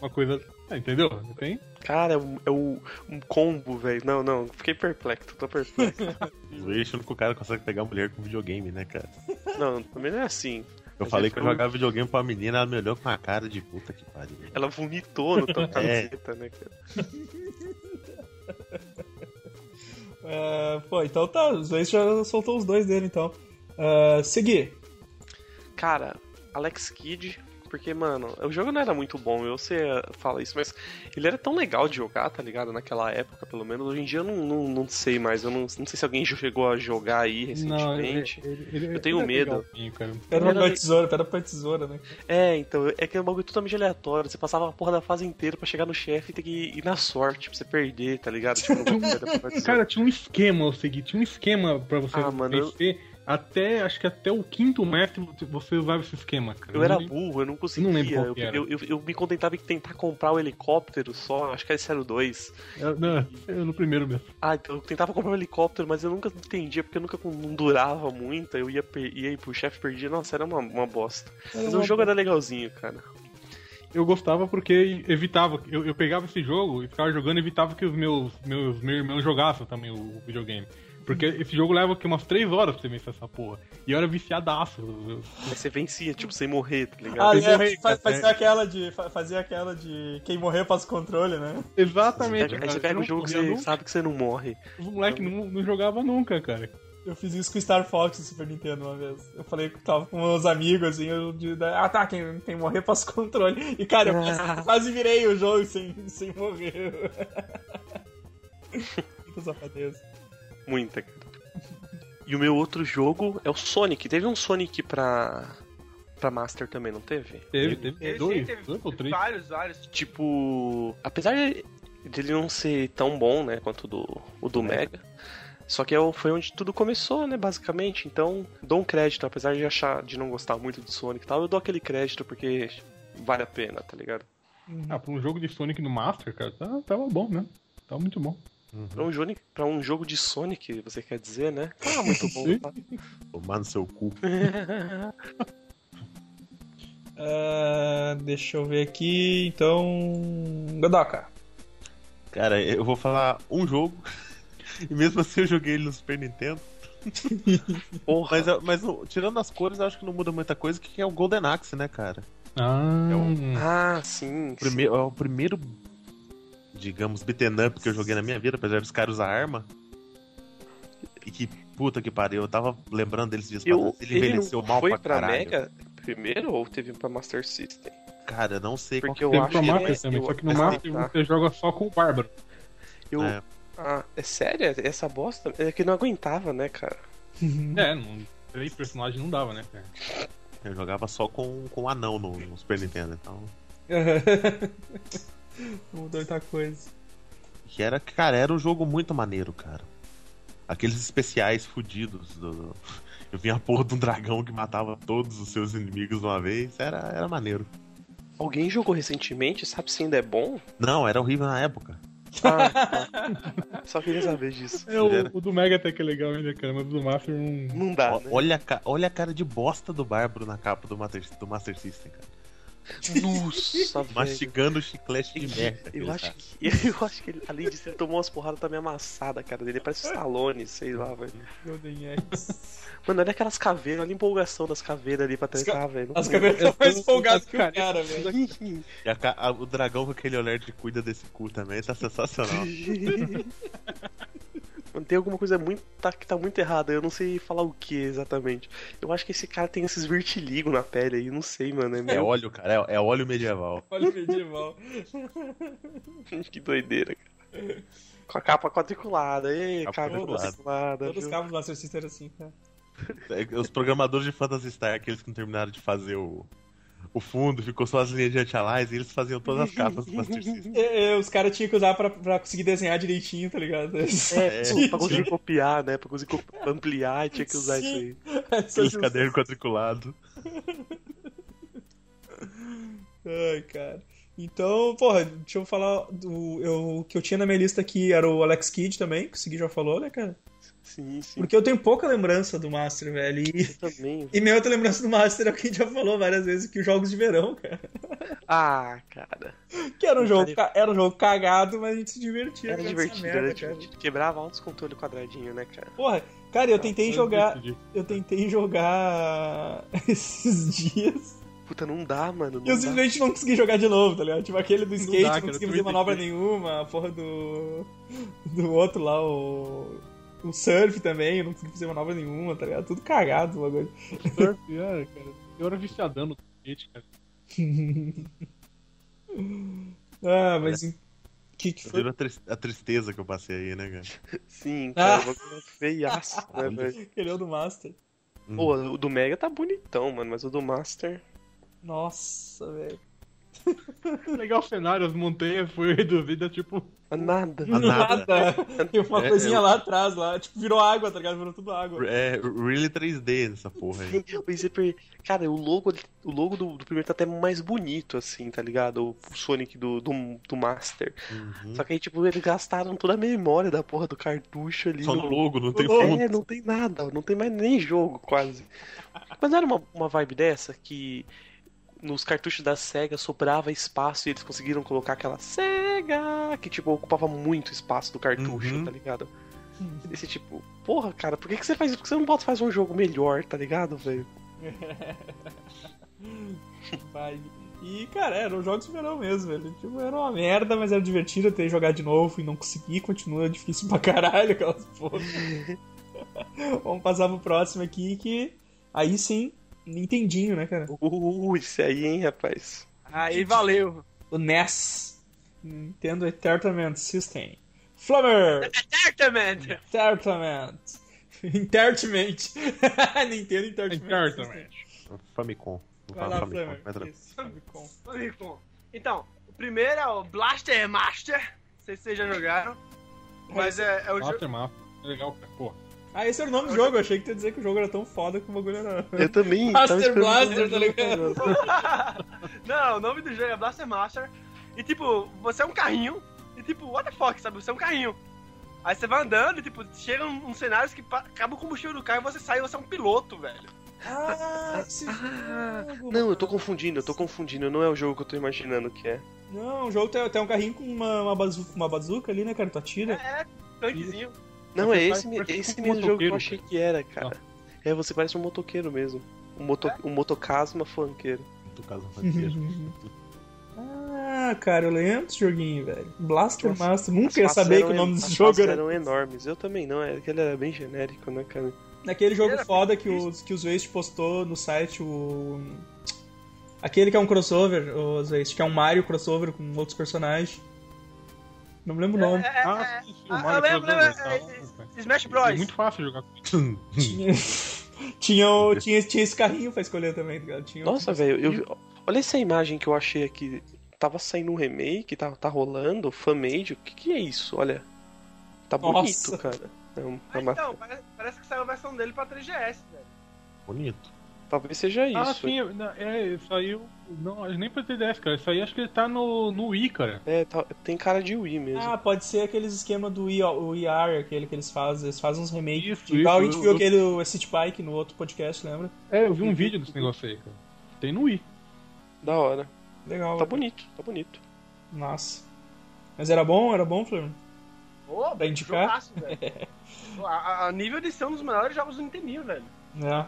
Speaker 6: uma coisa. Ah, entendeu? Tem?
Speaker 4: Cara, é um, é um- um combo, velho. Não, não, fiquei perplexo, tô perplexo.
Speaker 5: Zoei achando que o cara consegue pegar mulher com videogame, né, cara?
Speaker 4: não, também não é assim.
Speaker 5: Eu
Speaker 4: Mas
Speaker 5: falei
Speaker 4: é
Speaker 5: que eu
Speaker 4: como-
Speaker 5: jogava videogame pra uma menina, ela me olhou com a cara de puta que pariu.
Speaker 4: Ela vomitou no teu camiseta, né, cara?
Speaker 3: É, pô, então tá, o Zeus já soltou os dois dele, então. Ah, seguir.
Speaker 4: Cara, Alex Kidd, porque, mano, o jogo não era muito bom, eu sei eh, fala isso, mas ele era tão legal de jogar, tá ligado? Naquela época, pelo menos. Hoje em dia eu não, não, não sei mais, eu não, não sei se alguém chegou a jogar aí recentemente. Eu tenho medo.
Speaker 6: é cara.
Speaker 3: Pedra
Speaker 4: Era
Speaker 3: pra
Speaker 4: le-
Speaker 3: tesoura, pedra pra tesoura, né?
Speaker 4: É, então, é que é um bagulho totalmente aleatório. Você passava a porra da fase inteira pra chegar no chefe e ter que ir na sorte pra você perder, tá ligado? Tipo, não vai dar pra fazer.
Speaker 6: Cara, tinha um esquema, eu segui, tinha um esquema pra você
Speaker 4: Ah, mano, eu-
Speaker 6: vencer. Até, acho que até o quinto mestre você usava esse esquema, cara.
Speaker 4: Eu era
Speaker 6: Não-
Speaker 4: burro, eu não conseguia.
Speaker 6: Não lembro qual
Speaker 4: eu,
Speaker 6: que era.
Speaker 4: eu, eu- eu me contentava em tentar comprar o helicóptero só, acho que era esse era o 2.
Speaker 6: eu- não, eu no primeiro mesmo.
Speaker 4: Ah, então eu tentava comprar um helicóptero, mas eu nunca entendia, porque eu nunca não durava muito, eu ia, per- ia ir pro chefe perdia, nossa, era uma, uma bosta. Mas o jogo era legalzinho, cara.
Speaker 6: Eu gostava porque evitava. Eu, eu pegava esse jogo e ficava jogando e evitava que os meus, meus, meus irmãos jogassem também o videogame. Porque
Speaker 4: Uhum.
Speaker 6: esse jogo leva que umas 3 horas pra você vencer essa porra. E eu era viciadaço. Eu-
Speaker 4: Mas você vencia, tipo, sem morrer, tá
Speaker 3: Ah,
Speaker 4: ligado?
Speaker 3: é,
Speaker 6: morrer,
Speaker 3: fa-
Speaker 6: cara.
Speaker 3: fazia aquela de. fa- Fazia aquela de. Quem morrer passa o controle, né?
Speaker 4: Aí
Speaker 6: Exatamente.
Speaker 4: você pega- aí
Speaker 6: cara.
Speaker 4: você pega
Speaker 6: Eu
Speaker 4: um jogo que
Speaker 6: não- eu
Speaker 4: você
Speaker 6: não-
Speaker 4: sabe que você não morre.
Speaker 6: Os moleques não, não jogavam nunca, cara.
Speaker 3: Eu fiz isso com Star Fox no Super Nintendo uma vez. Eu falei que tava com meus amigos, assim, eu, de, da- ah tá, quem, quem morrer passa o controle. E cara, eu quase, quase virei o jogo sem, sem morrer. Muita safadeza.
Speaker 4: Muita, cara. tá E o meu outro jogo é o Sonic. Teve um Sonic pra. pra Master também, não teve?
Speaker 6: Teve, teve,
Speaker 7: Ele
Speaker 6: É dois,
Speaker 7: teve
Speaker 6: dois ou três.
Speaker 7: vários, vários.
Speaker 4: Tipo. Apesar de ele não ser tão bom, né, quanto o do, o do Mega. Só que é o- foi onde tudo começou, né, basicamente. Então, dou um crédito, apesar de achar de não gostar muito do Sonic e tal, eu dou aquele crédito porque vale a pena, tá ligado?
Speaker 6: Ah, pra um jogo de Sonic no Master, cara, tá, tava bom, né? Tava muito bom.
Speaker 4: Pra um, Joni- pra um jogo de Sonic, você quer dizer, né? Ah, muito bom.
Speaker 6: Sim.
Speaker 4: tá?
Speaker 5: Tomar no seu cu.
Speaker 3: Ah, deixa eu ver aqui, então. Godoka.
Speaker 5: Cara, eu vou falar um jogo. E mesmo assim eu joguei ele no Super Nintendo.
Speaker 4: Porra,
Speaker 5: Mas, eu- mas não- tirando as cores, eu acho que não muda muita coisa, que é o Golden Axe, né, cara?
Speaker 6: Ah,
Speaker 5: É um-
Speaker 4: Ah, sim. sim.
Speaker 5: Primeiro, é o primeiro, digamos, beaten up que eu joguei na minha vida, apesar dos caras usar arma. E que puta que pariu, eu tava lembrando deles dias
Speaker 4: Eu,
Speaker 5: pra trás.
Speaker 4: ele envelheceu mal foi pra,
Speaker 5: caralho.
Speaker 4: Mega primeiro ou teve pra Master System?
Speaker 5: Cara, eu não sei
Speaker 4: Porque
Speaker 5: qual
Speaker 4: eu
Speaker 5: que é
Speaker 6: Teve
Speaker 4: acho
Speaker 6: pra
Speaker 4: que
Speaker 6: Master
Speaker 4: ele-
Speaker 6: também,
Speaker 4: eu-
Speaker 6: só que no
Speaker 4: Ah,
Speaker 6: Master
Speaker 4: tá.
Speaker 6: você joga só com o Bárbaro.
Speaker 4: Eu...
Speaker 5: É.
Speaker 4: Ah, é sério? Essa bosta? É que não aguentava, né, cara?
Speaker 6: É, não, três personagens não dava, né, cara?
Speaker 5: Eu jogava só com, com o anão no, no Super Nintendo, então.
Speaker 3: Não mudou muita coisa.
Speaker 5: Que era, cara, era um jogo muito maneiro, cara. Aqueles especiais fudidos do. do- Eu vinha a porra de um dragão que matava todos os seus inimigos de uma vez. Era, era maneiro.
Speaker 4: Alguém jogou recentemente, sabe se ainda é bom?
Speaker 5: Não, era horrível na época.
Speaker 4: Ah, tá. Só queria saber disso.
Speaker 6: É, o, o do Mega até que é legal ainda, cara, mas o do Master não.
Speaker 4: Não dá,
Speaker 5: Ó-
Speaker 4: né?
Speaker 5: olha, a ca- olha a cara de bosta do Bárbaro na capa do Master, do Master System, cara.
Speaker 4: Nossa, velho.
Speaker 5: Mastigando o chiclete de merda.
Speaker 4: Eu
Speaker 5: aquele
Speaker 4: acho,
Speaker 5: cara.
Speaker 4: que, eu acho que, ele- além disso, ele tomou umas porradas também amassada, cara. Ele parece o Stallone, sei lá, velho.
Speaker 3: Golden Axe.
Speaker 4: Mano, olha aquelas caveiras, olha a empolgação das caveiras ali pra
Speaker 3: ca-
Speaker 4: tentar, velho.
Speaker 3: As cabeças estão mais folgadas que o cara, velho.
Speaker 5: E a ca- a- o dragão com aquele olhar de cuida desse cu também tá sensacional.
Speaker 4: Mano, tem alguma coisa muito, tá- que tá muito errada, eu não sei falar o que exatamente. Eu acho que esse cara tem esses vertiligos na pele aí, não sei, mano. É
Speaker 5: é
Speaker 4: meio...
Speaker 5: óleo, cara. É, é óleo medieval.
Speaker 3: Olha o medieval.
Speaker 4: que doideira, cara. Com a capa quadriculada, ei,
Speaker 5: Capa
Speaker 4: capa quadriculada.
Speaker 3: Todos os
Speaker 4: viu?
Speaker 3: cabos do Master System eram assim, cara.
Speaker 5: É, Os programadores de Phantasy Star, aqueles que não terminaram de fazer o, o fundo, ficou só as linhas de anti-alias e eles faziam todas as capas do Master System.
Speaker 3: E- e É, os caras tinham que usar pra, pra conseguir desenhar direitinho, tá ligado?
Speaker 4: É,
Speaker 5: É,
Speaker 4: pra conseguir copiar, né? Pra conseguir co- ampliar, tinha que usar
Speaker 3: Sim.
Speaker 4: isso aí.
Speaker 5: Aqueles cadernos quadriculados.
Speaker 3: Ai, cara. Então, porra, deixa eu falar do eu, o que eu tinha na minha lista aqui era o Alex Kidd também, que o Segui já falou, né, cara?
Speaker 4: Sim, sim.
Speaker 3: Porque eu tenho pouca lembrança do Master, velho. E,
Speaker 4: Eu também.
Speaker 3: e minha outra lembrança do Master é o que a gente já falou várias vezes, que os jogos de verão, cara.
Speaker 4: Ah, cara.
Speaker 3: Que era um jogo, ca- era um jogo cagado, mas a gente se divertia
Speaker 4: Era
Speaker 3: com essa
Speaker 4: divertido,
Speaker 3: merda,
Speaker 4: era
Speaker 3: cara.
Speaker 4: divertido. Quebrava altos controles quadradinhos, né, cara?
Speaker 3: Porra, cara, eu tentei
Speaker 6: Mas
Speaker 3: jogar.
Speaker 6: decidi.
Speaker 3: Eu tentei jogar esses dias.
Speaker 4: Puta, não dá, mano. Não
Speaker 3: E eu
Speaker 4: dá.
Speaker 3: simplesmente não consegui jogar de novo, tá ligado? Tipo, aquele do skate,
Speaker 6: dá,
Speaker 3: não,
Speaker 6: cara,
Speaker 3: consegui
Speaker 6: eu
Speaker 3: fazer
Speaker 6: também
Speaker 3: manobra
Speaker 6: tentei.
Speaker 3: nenhuma, a porra do. do outro lá, o. o surf também, eu não consegui fazer manobra nenhuma, tá ligado? Tudo cagado o bagulho.
Speaker 6: Surf, é, cara. Eu era viciadão no skate, cara.
Speaker 3: Ah, mas. O que que foi?
Speaker 5: Viram a, tris- a tristeza que eu passei aí, né, cara?
Speaker 4: Sim,
Speaker 3: Ah.
Speaker 4: cara, o bagulho é feiaço, né,
Speaker 5: Olha.
Speaker 4: velho?
Speaker 3: Aquele é o do Master.
Speaker 4: Pô, o do Mega tá bonitão, mano, mas o do Master.
Speaker 3: Nossa, velho.
Speaker 6: Legal o cenário, as montanhas foi reduzida, tipo.
Speaker 4: a ah, Nada.
Speaker 5: A nada.
Speaker 3: Tem uma
Speaker 5: É,
Speaker 3: coisinha
Speaker 5: eu-
Speaker 3: lá atrás, lá. Tipo, virou água, tá ligado? Virou tudo água.
Speaker 5: É, really 3D essa porra aí.
Speaker 4: Sim, o Zipper- Cara, o logo, o logo do, do primeiro tá até mais bonito, assim, tá ligado? O Sonic do, do, do Master.
Speaker 5: Uhum.
Speaker 4: Só que aí, tipo, eles gastaram toda a memória da porra do cartucho ali.
Speaker 5: Só no logo, não tem fundo.
Speaker 4: É, não tem nada, não tem mais nem jogo, quase. Mas não era uma, uma vibe dessa que nos cartuchos da SEGA sobrava espaço e eles conseguiram colocar aquela SEGA que, tipo, ocupava muito espaço do cartucho,
Speaker 5: Uhum.
Speaker 4: tá ligado? Esse tipo, porra, cara, por que, que você faz isso? Por que você não bota faz um jogo melhor, tá ligado, velho?
Speaker 3: Vai. E, cara, eram jogos de verão mesmo, velho. Tipo, era uma merda, mas era divertido ter jogar de novo e não conseguir, continua difícil pra caralho aquelas porra. Vamos passar pro próximo aqui, que aí sim, Nintendinho, né, cara?
Speaker 4: Uh, esse aí, hein, rapaz?
Speaker 7: Aí valeu.
Speaker 3: O NES, Nintendo Entertainment System. Flammer!
Speaker 7: Entertainment!
Speaker 3: Entertainment. Entertainment. Nintendo Entertainment.
Speaker 6: Entertainment.
Speaker 5: Famicom. Não
Speaker 3: Vai
Speaker 5: fala
Speaker 3: lá,
Speaker 5: Famicom,
Speaker 3: Flammer.
Speaker 5: vai tranquilo.
Speaker 3: Isso, Famicom.
Speaker 7: Vamos com. Então, o primeiro é o Blaster Master. Não sei se vocês já jogaram. Mas é, é o jogo.
Speaker 6: Aftermath. Legal, cara. Pô.
Speaker 3: Ah, esse era o nome do jogo. Eu achei que tu ia dizer que o jogo era tão foda que o bagulho era...
Speaker 4: Eu também. tava
Speaker 3: Master
Speaker 4: esperando
Speaker 3: Blaster,
Speaker 4: muito.
Speaker 3: tá ligado?
Speaker 7: Não, o nome do jogo é Blaster Master. E tipo, você é um carrinho. E tipo, what the fuck, sabe? Você é um carrinho. Aí você vai andando e tipo, chega um- uns cenários que pa- acaba o combustível do carro e você sai e você é um piloto, velho.
Speaker 3: Ah, esse
Speaker 4: Ah,
Speaker 3: jogo.
Speaker 4: Não, eu tô confundindo, eu tô confundindo. Não é o jogo que eu tô imaginando que é.
Speaker 3: Não, o jogo tem, tem um carrinho com uma, uma, bazuca, uma bazuca ali, né, cara? Tu atira.
Speaker 7: É, tanquezinho.
Speaker 4: Não,
Speaker 6: Você
Speaker 4: é
Speaker 6: faz-
Speaker 4: esse, me-
Speaker 6: parece
Speaker 4: esse
Speaker 6: tipo um
Speaker 4: mesmo jogo que eu
Speaker 6: motoqueiro,
Speaker 4: achei que era, cara. É, você parece um motoqueiro mesmo. Um, moto,
Speaker 3: É?
Speaker 4: um motocasma funkeiro.
Speaker 5: Do caso do Fantasy.
Speaker 3: Ah, cara, eu lembro desse joguinho, velho. Blaster
Speaker 4: Nossa,
Speaker 3: Master.
Speaker 4: As
Speaker 3: Nunca ia
Speaker 4: faces
Speaker 3: saber que
Speaker 4: eram
Speaker 3: o nome
Speaker 4: en-
Speaker 3: desse
Speaker 4: as
Speaker 3: jogo
Speaker 4: faces
Speaker 3: era.
Speaker 4: eram enormes. Eu também não, é que ele era bem genérico, né, cara?
Speaker 3: Naquele jogo
Speaker 7: Era
Speaker 3: foda que, os, que o Zwaist postou no site, o. Aquele que é um crossover, o Zwaist, que é um Mario crossover com outros personagens. Não me lembro o nome.
Speaker 7: É, é,
Speaker 6: Ah,
Speaker 7: é.
Speaker 6: sim, sim, o
Speaker 7: Ah, eu
Speaker 6: Mario
Speaker 7: lembro,
Speaker 6: Bros. tá,
Speaker 7: lembro,
Speaker 6: e tal.
Speaker 7: é, é, Smash Bros.
Speaker 6: É muito fácil jogar com
Speaker 3: Tinha,
Speaker 6: isso.
Speaker 3: tinha, o- tinha, tinha esse carrinho pra escolher também, tá ligado? Tinha o-
Speaker 4: Nossa, velho, eu vi- olha essa imagem que eu achei aqui. Tava saindo um remake, tá, tá rolando, fan-made. O que, que é isso? Olha. Tá bonito,
Speaker 3: Nossa.
Speaker 4: cara. É um- é
Speaker 7: Ah,
Speaker 4: uma-
Speaker 7: então, parece, parece que saiu a versão dele pra 3GS, velho.
Speaker 5: Bonito.
Speaker 4: Talvez seja isso.
Speaker 6: Ah, sim, é, não, é, saiu. Não, acho nem pra TDS, cara. Isso aí acho que ele tá no, no Wii, cara.
Speaker 4: É, tá- tem cara de Wii mesmo.
Speaker 3: Ah, pode ser aqueles esquema do I- o ER, aquele que eles fazem, eles fazem uns remakes.
Speaker 6: Isso,
Speaker 3: Igual
Speaker 6: isso,
Speaker 3: a gente
Speaker 6: eu-
Speaker 3: viu
Speaker 6: eu-
Speaker 3: aquele o City Bike no outro podcast, lembra?
Speaker 6: É, eu vi um vídeo desse negócio aí, cara. Tem no Wii.
Speaker 4: Da hora.
Speaker 3: Legal.
Speaker 4: Tá
Speaker 3: velho.
Speaker 4: bonito, tá bonito.
Speaker 3: Nossa. Mas era bom? Era bom, Flamengo?
Speaker 7: Ô,
Speaker 3: Pra indicar?
Speaker 7: jogaço, velho. a, a- a nível de ser um dos melhores jogos do Nintendinho, velho.
Speaker 3: É.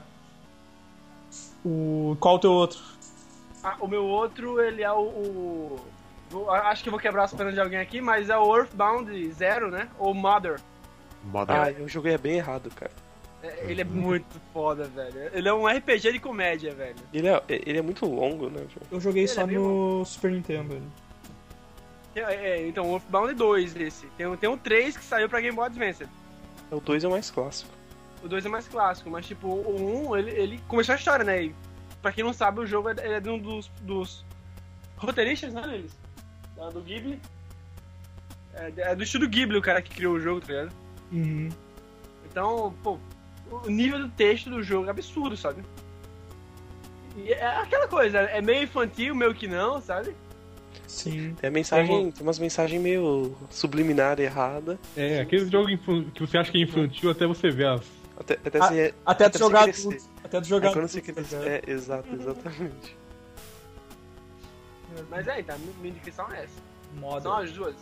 Speaker 3: O... Qual o teu outro?
Speaker 7: Ah, o meu outro, ele é o. o- vou- a- acho que eu vou quebrar as pernas de alguém aqui, mas é o Earthbound Zero, né? Ou Mother.
Speaker 3: É.
Speaker 5: Moda.
Speaker 4: Ah, eu joguei bem errado, cara.
Speaker 7: É, ele é muito foda, velho. Ele é um RPG de comédia, velho.
Speaker 4: Ele é, ele é muito longo, né? velho?
Speaker 3: Eu joguei
Speaker 7: Ele
Speaker 3: só
Speaker 7: é bem
Speaker 3: no Super Nintendo. ele.
Speaker 7: É, é, então, o Earthbound 2 esse. Tem, o- tem o 3 que saiu pra Game Boy Advance.
Speaker 4: O 2 é o mais clássico.
Speaker 7: O 2 é mais clássico, mas tipo, o 1, ele, ele começou a história, né? E, pra quem não sabe, o jogo é, ele é de um dos, dos roteiristas, né, deles? Da- Do Ghibli. É, é do estúdio Ghibli o cara que criou o jogo, tá ligado?
Speaker 3: Uhum.
Speaker 7: Então, pô, o nível do texto do jogo é absurdo, sabe? E é aquela coisa, é meio infantil, meio que não, sabe?
Speaker 3: Sim.
Speaker 4: Tem, a mensagem, tem umas mensagens meio subliminar errada.
Speaker 6: É, aquele jogo infu- que você acha que é infantil até você ver as.
Speaker 4: Até, até,
Speaker 3: Ah,
Speaker 4: você-
Speaker 3: Até tu
Speaker 4: você
Speaker 3: jogar
Speaker 4: crescer.
Speaker 3: adulto. Até tu
Speaker 4: Aí
Speaker 3: jogar
Speaker 4: quando
Speaker 3: adulto,
Speaker 4: você
Speaker 3: tá
Speaker 4: cresce.
Speaker 3: ligado?
Speaker 4: É, exato, exatamente.
Speaker 7: Mas é, então, minha indicação é essa.
Speaker 3: Moda.
Speaker 7: São as duas.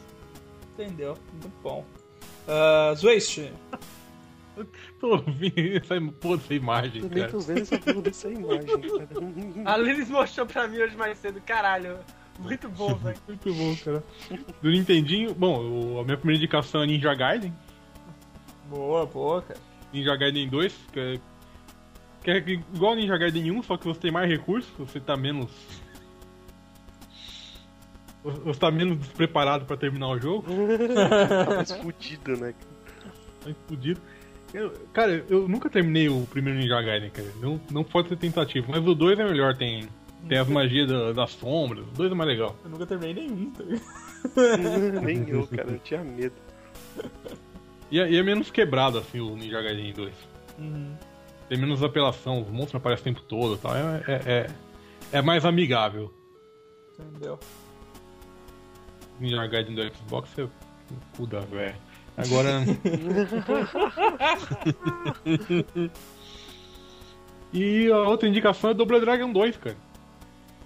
Speaker 3: Entendeu. Muito bom. Uh, Zwaist.
Speaker 6: Tô ouvindo essa, im- pô, essa imagem,
Speaker 4: Eu nem
Speaker 6: cara.
Speaker 4: tô vendo essa porra dessa imagem, cara.
Speaker 7: A Lilis mostrou pra mim hoje mais cedo, caralho. Muito bom, velho.
Speaker 6: Muito bom, cara. Do Nintendinho, bom, o- a minha primeira indicação é Ninja Gaiden.
Speaker 3: Boa, boa, cara.
Speaker 6: Ninja Gaiden 2, que é, que é igual Ninja Gaiden 1, só que você tem mais recursos, você tá menos. Você você tá menos despreparado pra terminar o jogo,
Speaker 4: Tá mais fudido, né?
Speaker 6: tá explodido. Eu- cara, eu nunca terminei o primeiro Ninja Gaiden, cara. Não, não pode ser tentativo, mas o 2 é melhor, tem, tem as magias da- das sombras, o 2 é mais legal.
Speaker 3: Eu nunca terminei nenhum. Tá ligado?
Speaker 4: Nem eu, cara. Eu tinha medo.
Speaker 6: E é, e é menos quebrado, assim, o Ninja Gaiden 2.
Speaker 3: Uhum.
Speaker 6: Tem menos apelação, os monstros aparecem o tempo todo e tal. É, é, é, é mais amigável.
Speaker 3: Entendeu.
Speaker 6: Ninja Gaiden do Xbox é o cu da véia. Agora. e a outra indicação é Double Dragon 2, cara.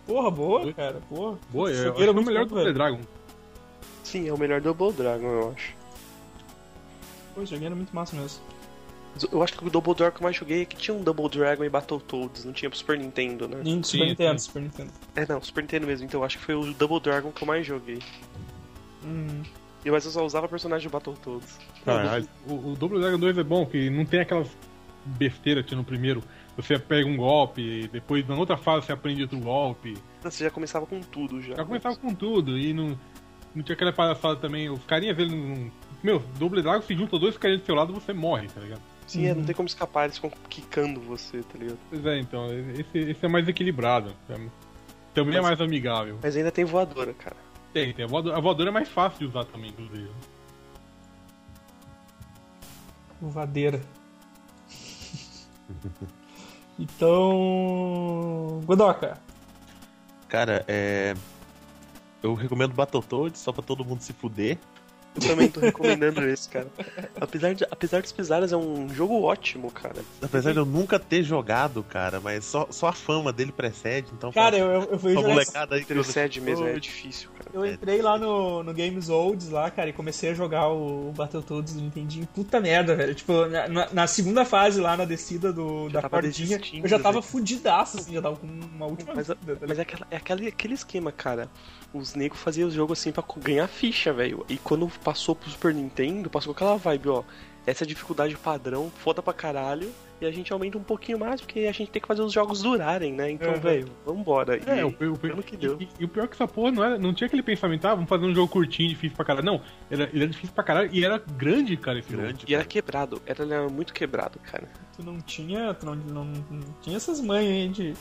Speaker 3: Porra, boa, cara. Boa.
Speaker 6: Boa,
Speaker 3: Esse
Speaker 6: é,
Speaker 3: jogo
Speaker 6: acho
Speaker 3: era
Speaker 6: que é o
Speaker 3: muito
Speaker 6: melhor
Speaker 3: bom,
Speaker 6: Double
Speaker 3: velho.
Speaker 6: Dragon.
Speaker 4: Sim, é o melhor Double Dragon, eu acho.
Speaker 3: Pô, esse joguinho era muito massa mesmo.
Speaker 4: Eu acho que o Double Dragon que eu mais joguei é que tinha um Double Dragon e Battletoads, não tinha pro Super Nintendo, né?
Speaker 3: Nintendo, Super
Speaker 6: sim.
Speaker 3: Nintendo, Super Nintendo.
Speaker 4: É, não, Super Nintendo mesmo, então eu acho que foi o Double Dragon que eu mais joguei.
Speaker 3: Uhum.
Speaker 4: E mas eu só usava personagem do Battletoads.
Speaker 5: Caralho.
Speaker 6: O, o Double Dragon 2 é bom, que não tem aquelas besteiras que tinha no primeiro. Você pega um golpe, depois na outra fase você aprende outro golpe.
Speaker 4: Você já começava com tudo já.
Speaker 6: Já começava com tudo e não, não tinha aquela palhaçada também. Os carinhas dele não um, Meu, doble dragon se junta dois carinhas do seu lado, você morre, tá ligado?
Speaker 4: Sim, é, não tem como escapar, eles ficam quicando você, tá ligado?
Speaker 6: Pois é, então, esse, esse é mais equilibrado. é- Também é
Speaker 4: Mas-
Speaker 6: mais amigável.
Speaker 4: Mas ainda tem voadora, cara.
Speaker 6: Tem, tem. A voadora, a voadora é mais fácil de usar também, inclusive.
Speaker 3: Vadeira. então. Godoka.
Speaker 5: Cara, é. Eu recomendo Battletoads só pra todo mundo se fuder.
Speaker 4: Eu também tô recomendando esse, cara. Apesar, de, apesar dos pesares, é um jogo ótimo, cara.
Speaker 5: Apesar de eu nunca ter jogado, cara, mas só, só a fama dele precede, então.
Speaker 3: Cara, eu, eu, eu vejo.
Speaker 5: Uma molecada aí que
Speaker 4: Ele
Speaker 5: eu
Speaker 4: cede mesmo, é difícil, cara.
Speaker 3: Eu entrei lá no, no Games Olds lá, cara, e comecei a jogar o, o Battletoads do Nintendinho. Puta merda, velho. Tipo, na, na- na segunda fase lá, na descida do,
Speaker 4: Já
Speaker 3: da
Speaker 4: tava
Speaker 3: cordinha,
Speaker 4: desistindo,
Speaker 3: eu já tava
Speaker 4: né?
Speaker 3: fudidaço, assim, já tava com uma última
Speaker 4: Mas-
Speaker 3: vida, tá ligado?
Speaker 4: Mas é, aquela, é aquele, aquele esquema, cara. Os negros faziam os jogos assim pra co- ganhar ficha, velho. E quando passou pro Super Nintendo, passou com aquela vibe, ó. Essa é a dificuldade padrão, foda pra caralho. E a gente aumenta um pouquinho mais, porque a gente tem que fazer os jogos durarem, né? Então,
Speaker 3: Uhum.
Speaker 4: velho, vambora. E-
Speaker 6: É, o, o,
Speaker 4: pelo que deu.
Speaker 6: E, e o pior é que essa porra não, era, não tinha aquele pensamento, ah, vamos fazer um jogo curtinho, difícil pra caralho. Não, era, ele era difícil pra caralho e era grande, cara, esse jogo.
Speaker 5: grande.
Speaker 4: E era
Speaker 5: Cara.
Speaker 4: quebrado, era, era muito quebrado, cara.
Speaker 3: Tu não tinha. Tu não, não, não tinha essas manhas aí de.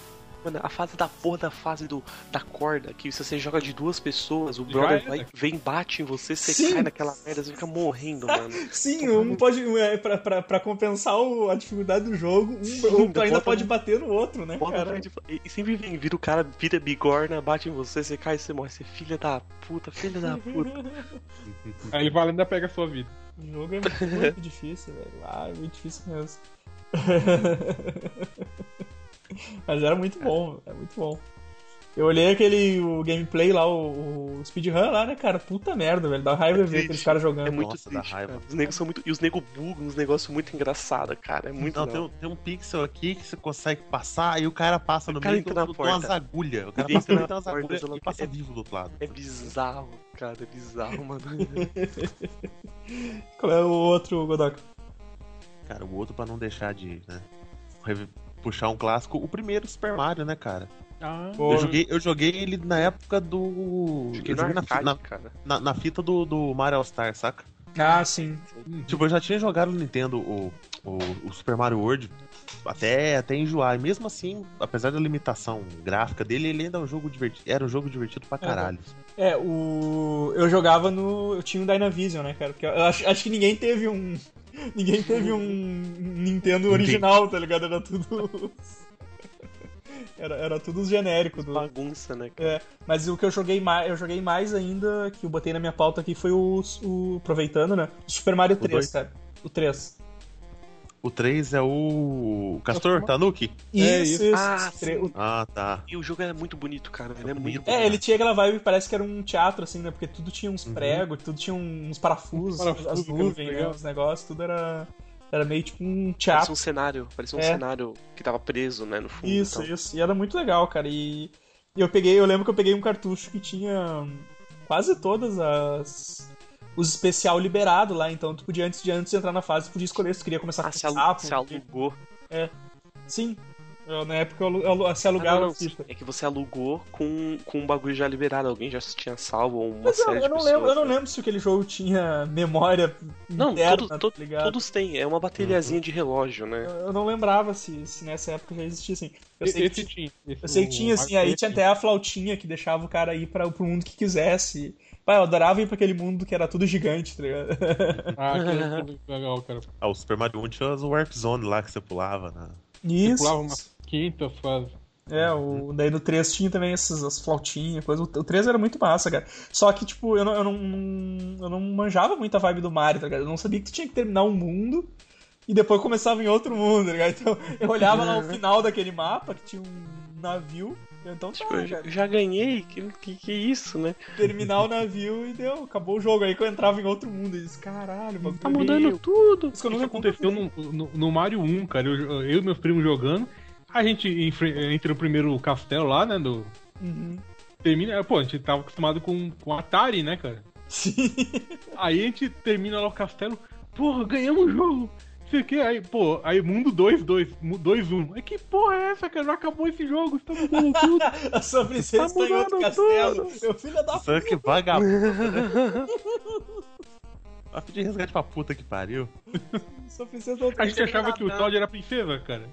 Speaker 4: Mano, a fase da porra da fase do, da corda, que se você joga de duas pessoas, o
Speaker 6: Já
Speaker 4: brother
Speaker 6: era.
Speaker 4: vai, vem, bate em você, você
Speaker 3: Sim.
Speaker 4: cai naquela merda, você fica morrendo, mano.
Speaker 3: Sim, um pode. É, pra, pra, pra compensar o- a dificuldade do jogo, um,
Speaker 4: Sim,
Speaker 3: um
Speaker 4: bota
Speaker 3: ainda
Speaker 4: um-
Speaker 3: pode bater no outro, né,
Speaker 4: Bota
Speaker 3: cara?
Speaker 4: pra gente- tipo, e, e sempre vem, vira o cara, vira bigorna, bate em você, você cai e você morre. Você é filha da puta, filha da puta.
Speaker 6: Aí ele vai lá e ainda pega a sua vida.
Speaker 4: um
Speaker 3: O jogo é muito difícil, velho. Ah, é muito difícil mesmo. Mas era muito bom, é muito bom. Eu olhei aquele o gameplay lá, o, o speedrun lá, né, cara? Puta merda, velho. Dá raiva
Speaker 4: É
Speaker 3: ver aqueles
Speaker 4: triste.
Speaker 3: caras jogando.
Speaker 4: É muito
Speaker 5: Nossa, dá
Speaker 4: triste,
Speaker 5: raiva.
Speaker 4: cara. Os negros são muito. E os negros bugam uns negócios muito engraçados, cara. É muito.
Speaker 5: Não, tem, um- tem um pixel aqui que você consegue passar, aí o cara passa no
Speaker 4: cara
Speaker 5: meio
Speaker 4: entra
Speaker 5: do-
Speaker 4: na
Speaker 5: do- tem
Speaker 4: porta.
Speaker 5: umas agulhas. O cara
Speaker 4: Ele
Speaker 5: passa no
Speaker 4: entra
Speaker 5: meio de
Speaker 4: na
Speaker 5: umas
Speaker 4: porta,
Speaker 5: agulhas
Speaker 4: sei lá o
Speaker 5: e
Speaker 4: quê.
Speaker 5: passa
Speaker 4: É-
Speaker 5: vivo do outro lado.
Speaker 4: É bizarro, cara. É bizarro, mano.
Speaker 3: Qual é o outro, Godok?
Speaker 5: Cara, o outro pra não deixar de, né, rev- puxar um clássico, o primeiro Super Mario, né, cara?
Speaker 6: Ah,
Speaker 3: Pô,
Speaker 5: Eu joguei, eu joguei ele na época do.
Speaker 4: Fiquei
Speaker 5: eu
Speaker 4: no
Speaker 5: joguei na, fi-
Speaker 4: arcade,
Speaker 5: na,
Speaker 4: é cara.
Speaker 5: na- na fita do, do Mario All Star, saca?
Speaker 3: Ah, sim.
Speaker 5: Tipo, eu já tinha jogado no Nintendo o, o, o Super Mario World até, até enjoar. E mesmo assim, apesar da limitação gráfica dele, ele ainda é um jogo divertido. Era um jogo divertido pra caralho.
Speaker 3: É, o. Eu jogava no. Eu tinha um Dynavision, né, cara? Porque eu acho, acho que ninguém teve um. Ninguém teve um Nintendo original, tá ligado? Era tudo. Era, era tudo os genéricos do,
Speaker 4: Bagunça, né, cara?
Speaker 3: É, mas o que eu joguei mais, eu joguei mais ainda, que eu botei na minha pauta aqui, foi o, o aproveitando, né? O Super Mario 3,
Speaker 5: dois?
Speaker 3: cara. O 3.
Speaker 5: O 3 é o. Castor, Tanuki?
Speaker 3: Isso, isso.
Speaker 4: Ah,
Speaker 3: os tre- o-
Speaker 5: Ah, tá.
Speaker 4: E o jogo era muito bonito, cara. Ele é muito.
Speaker 5: Bonito. né?
Speaker 3: É, ele tinha aquela vibe, parece que era um teatro, assim, né? Porque tudo tinha uns
Speaker 4: Uhum.
Speaker 3: pregos, tudo tinha uns parafusos,
Speaker 6: Uns parafusos,
Speaker 3: as
Speaker 6: que era
Speaker 3: nuvens, né?
Speaker 6: legal.
Speaker 3: Os negócios, tudo era, era meio tipo um
Speaker 4: Parecia
Speaker 3: teatro.
Speaker 4: um cenário. Parecia um
Speaker 3: É.
Speaker 4: cenário que tava preso, né, no fundo.
Speaker 3: Isso,
Speaker 4: então.
Speaker 3: isso. E era muito legal, cara. E e eu peguei, eu lembro que eu peguei um cartucho que tinha quase todas as os especial liberado lá, então tu podia antes de antes de entrar na fase, tu podia escolher se tu queria começar
Speaker 4: Ah,
Speaker 3: com
Speaker 4: se, alu-
Speaker 3: sapo.
Speaker 4: se alugou.
Speaker 3: Sim. Eu, na época eu, alu- eu, alu- se
Speaker 4: Ah, não,
Speaker 3: alugava
Speaker 4: não,
Speaker 3: a fita.
Speaker 4: É que você alugou com, com um bagulho já liberado. Alguém já tinha salvo ou uma
Speaker 3: Mas eu,
Speaker 4: série
Speaker 3: eu
Speaker 4: de
Speaker 3: não
Speaker 4: pessoas.
Speaker 3: lembro, eu não
Speaker 4: né?
Speaker 3: lembro se aquele jogo tinha memória
Speaker 4: Não,
Speaker 3: interna,
Speaker 4: todo-
Speaker 3: tá
Speaker 4: todo-
Speaker 3: ligado?
Speaker 4: Todos têm, é uma bateriazinha de relógio, né?
Speaker 3: Eu eu não lembrava se, se nessa época já existia assim. Eu sei que
Speaker 6: esse tinha. esse
Speaker 3: Eu sei que
Speaker 6: o
Speaker 3: tinha, assim,
Speaker 6: Mario
Speaker 3: aí
Speaker 6: Kart
Speaker 3: tinha até a flautinha que deixava o cara ir pra, pro mundo que quisesse. Pai, eu adorava ir pra aquele mundo que era tudo gigante, tá ligado?
Speaker 6: Ah, aquele era muito legal, cara.
Speaker 5: Ah, o Super Mario 1 tinha as Warp Zone lá que você pulava, né?
Speaker 6: Você
Speaker 3: Isso.
Speaker 6: pulava uma quinta fase.
Speaker 3: É, o, daí no 3 tinha também essas as flautinhas, coisa. O, o 3 era muito massa, cara. Só que, tipo, eu não, eu, não, eu não manjava muito a vibe do Mario, tá ligado? Eu não sabia que tu tinha que terminar um mundo e depois começava em outro mundo, tá ligado? Então eu olhava lá o final daquele mapa que tinha um navio. eu, Então tá,
Speaker 4: Tipo, eu já,
Speaker 3: cara.
Speaker 4: já ganhei, que, que, que isso, né?
Speaker 3: terminar o navio e deu, acabou o jogo. Aí que eu entrava em outro mundo e disse, caralho, o bagulho
Speaker 4: Tá
Speaker 3: é
Speaker 4: mudando tudo.
Speaker 3: Isso que eu
Speaker 6: Isso
Speaker 3: nunca
Speaker 6: aconteceu
Speaker 3: aconteceu.
Speaker 6: no, no, no Mario 1, cara. Eu, eu e meus primos jogando. A gente enfre- entra no primeiro castelo lá, né? Do,
Speaker 4: Uhum.
Speaker 6: termina. é, Pô, a gente tava acostumado com, com Atari, né, cara?
Speaker 3: Sim.
Speaker 6: Aí a gente termina lá o castelo. Porra, ganhamos o jogo. Não sei o que. Aí, pô, aí mundo 2, 2, 2, 1. Aí que porra é essa, cara? Não acabou esse jogo. Estamos com tudo.
Speaker 3: A sua princesa
Speaker 6: Tá
Speaker 3: tá em outro
Speaker 6: mudando
Speaker 3: castelo. Meu filho é da
Speaker 5: né? Sangue vagabundo. Vai pedir resgate pra puta que pariu.
Speaker 3: Só princesa é não
Speaker 6: A
Speaker 3: tem.
Speaker 6: gente achava que o Todd era princesa, cara.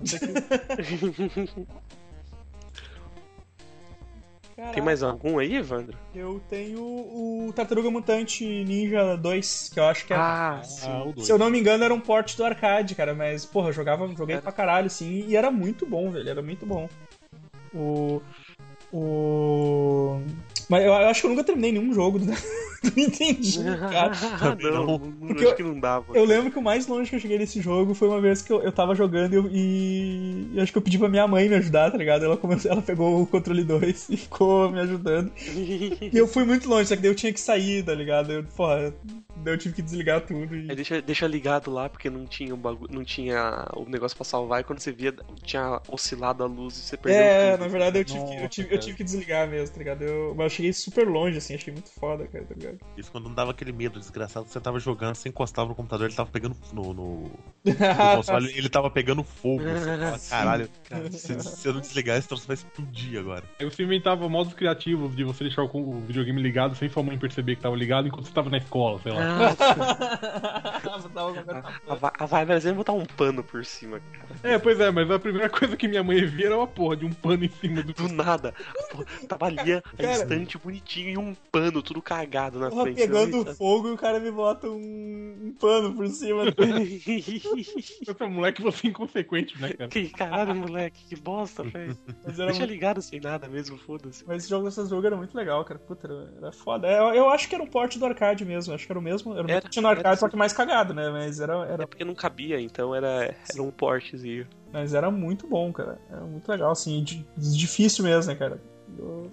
Speaker 4: Tem mais algum aí, Evandro?
Speaker 3: Eu tenho o Tartaruga Mutante Ninja 2, que eu acho que é.
Speaker 4: Ah,
Speaker 6: Ah, o dois.
Speaker 3: Se eu não me engano, era um port do arcade, cara, mas, porra, eu jogava, joguei pra caralho, sim, e era muito bom, velho, era muito bom. O. O. Mas eu, eu acho que eu nunca terminei nenhum jogo do, do Nintendinho, cara.
Speaker 4: Ah, não,
Speaker 3: Porque
Speaker 4: acho que não dava.
Speaker 3: Eu lembro que o mais longe que eu cheguei nesse jogo foi uma vez que eu, eu tava jogando e, eu- e- e acho que eu pedi pra minha mãe me ajudar, tá ligado? Ela, começou, ela pegou o controle 2 e ficou me ajudando. E eu fui muito longe, só que daí eu tinha que sair, tá ligado? Eu, porra, daí eu tive que desligar tudo e.
Speaker 4: Aí deixa, deixa ligado lá, porque não tinha, o bagu... não tinha o negócio pra salvar, e quando você via, tinha oscilado a luz e você perdeu
Speaker 3: É,
Speaker 4: tudo.
Speaker 3: na verdade eu tive, que, eu,
Speaker 6: Nossa,
Speaker 3: tive, eu
Speaker 6: cara.
Speaker 3: tive que desligar mesmo, tá ligado? Eu, mas eu cheguei super longe, assim, achei muito foda, cara, tá ligado?
Speaker 5: Isso quando não dava aquele medo, desgraçado. Você tava jogando, você encostava no computador, ele tava pegando no, no, no console, ele tava pegando fogo. assim, Você fala, caralho,
Speaker 4: Cara,
Speaker 5: se, se eu não desligar, esse troço vai explodir agora.
Speaker 6: Aí você inventava modos criativos de você deixar o con- o videogame ligado sem sua mãe perceber que tava ligado enquanto você tava na escola, sei lá.
Speaker 4: Ah,
Speaker 3: Tava jogando-
Speaker 4: a, va- a vibe era sempre botar um pano por cima, cara.
Speaker 6: É, pois é, mas a primeira coisa que minha mãe via era uma porra de um pano em cima do.
Speaker 4: Do nada. Pô, tava ali a
Speaker 3: Cara.
Speaker 4: instante bonitinho e um pano tudo cagado na
Speaker 3: Porra,
Speaker 4: frente.
Speaker 3: pegando fogo e o cara me bota um, um pano por cima. tá
Speaker 6: Esse moleque você é inconsequente, né, cara?
Speaker 4: que caralho, moleque, que bosta, velho.
Speaker 3: Mas era
Speaker 4: Deixa
Speaker 3: muito...
Speaker 4: ligado sem nada mesmo, foda-se.
Speaker 3: Mas esse jogo dessas jogo era muito legal, cara. Puta, era, era foda. Eu, eu acho que era um porte do arcade mesmo. Acho que era o mesmo. Era o mesmo
Speaker 4: Era,
Speaker 3: que tinha no arcade,
Speaker 4: era
Speaker 3: só que mais cagado, né? Mas era, era,
Speaker 4: É porque não cabia, então era, era um portezinho.
Speaker 3: mas era muito bom, cara. Era muito legal, assim. di- Difícil mesmo, né, cara? Eu-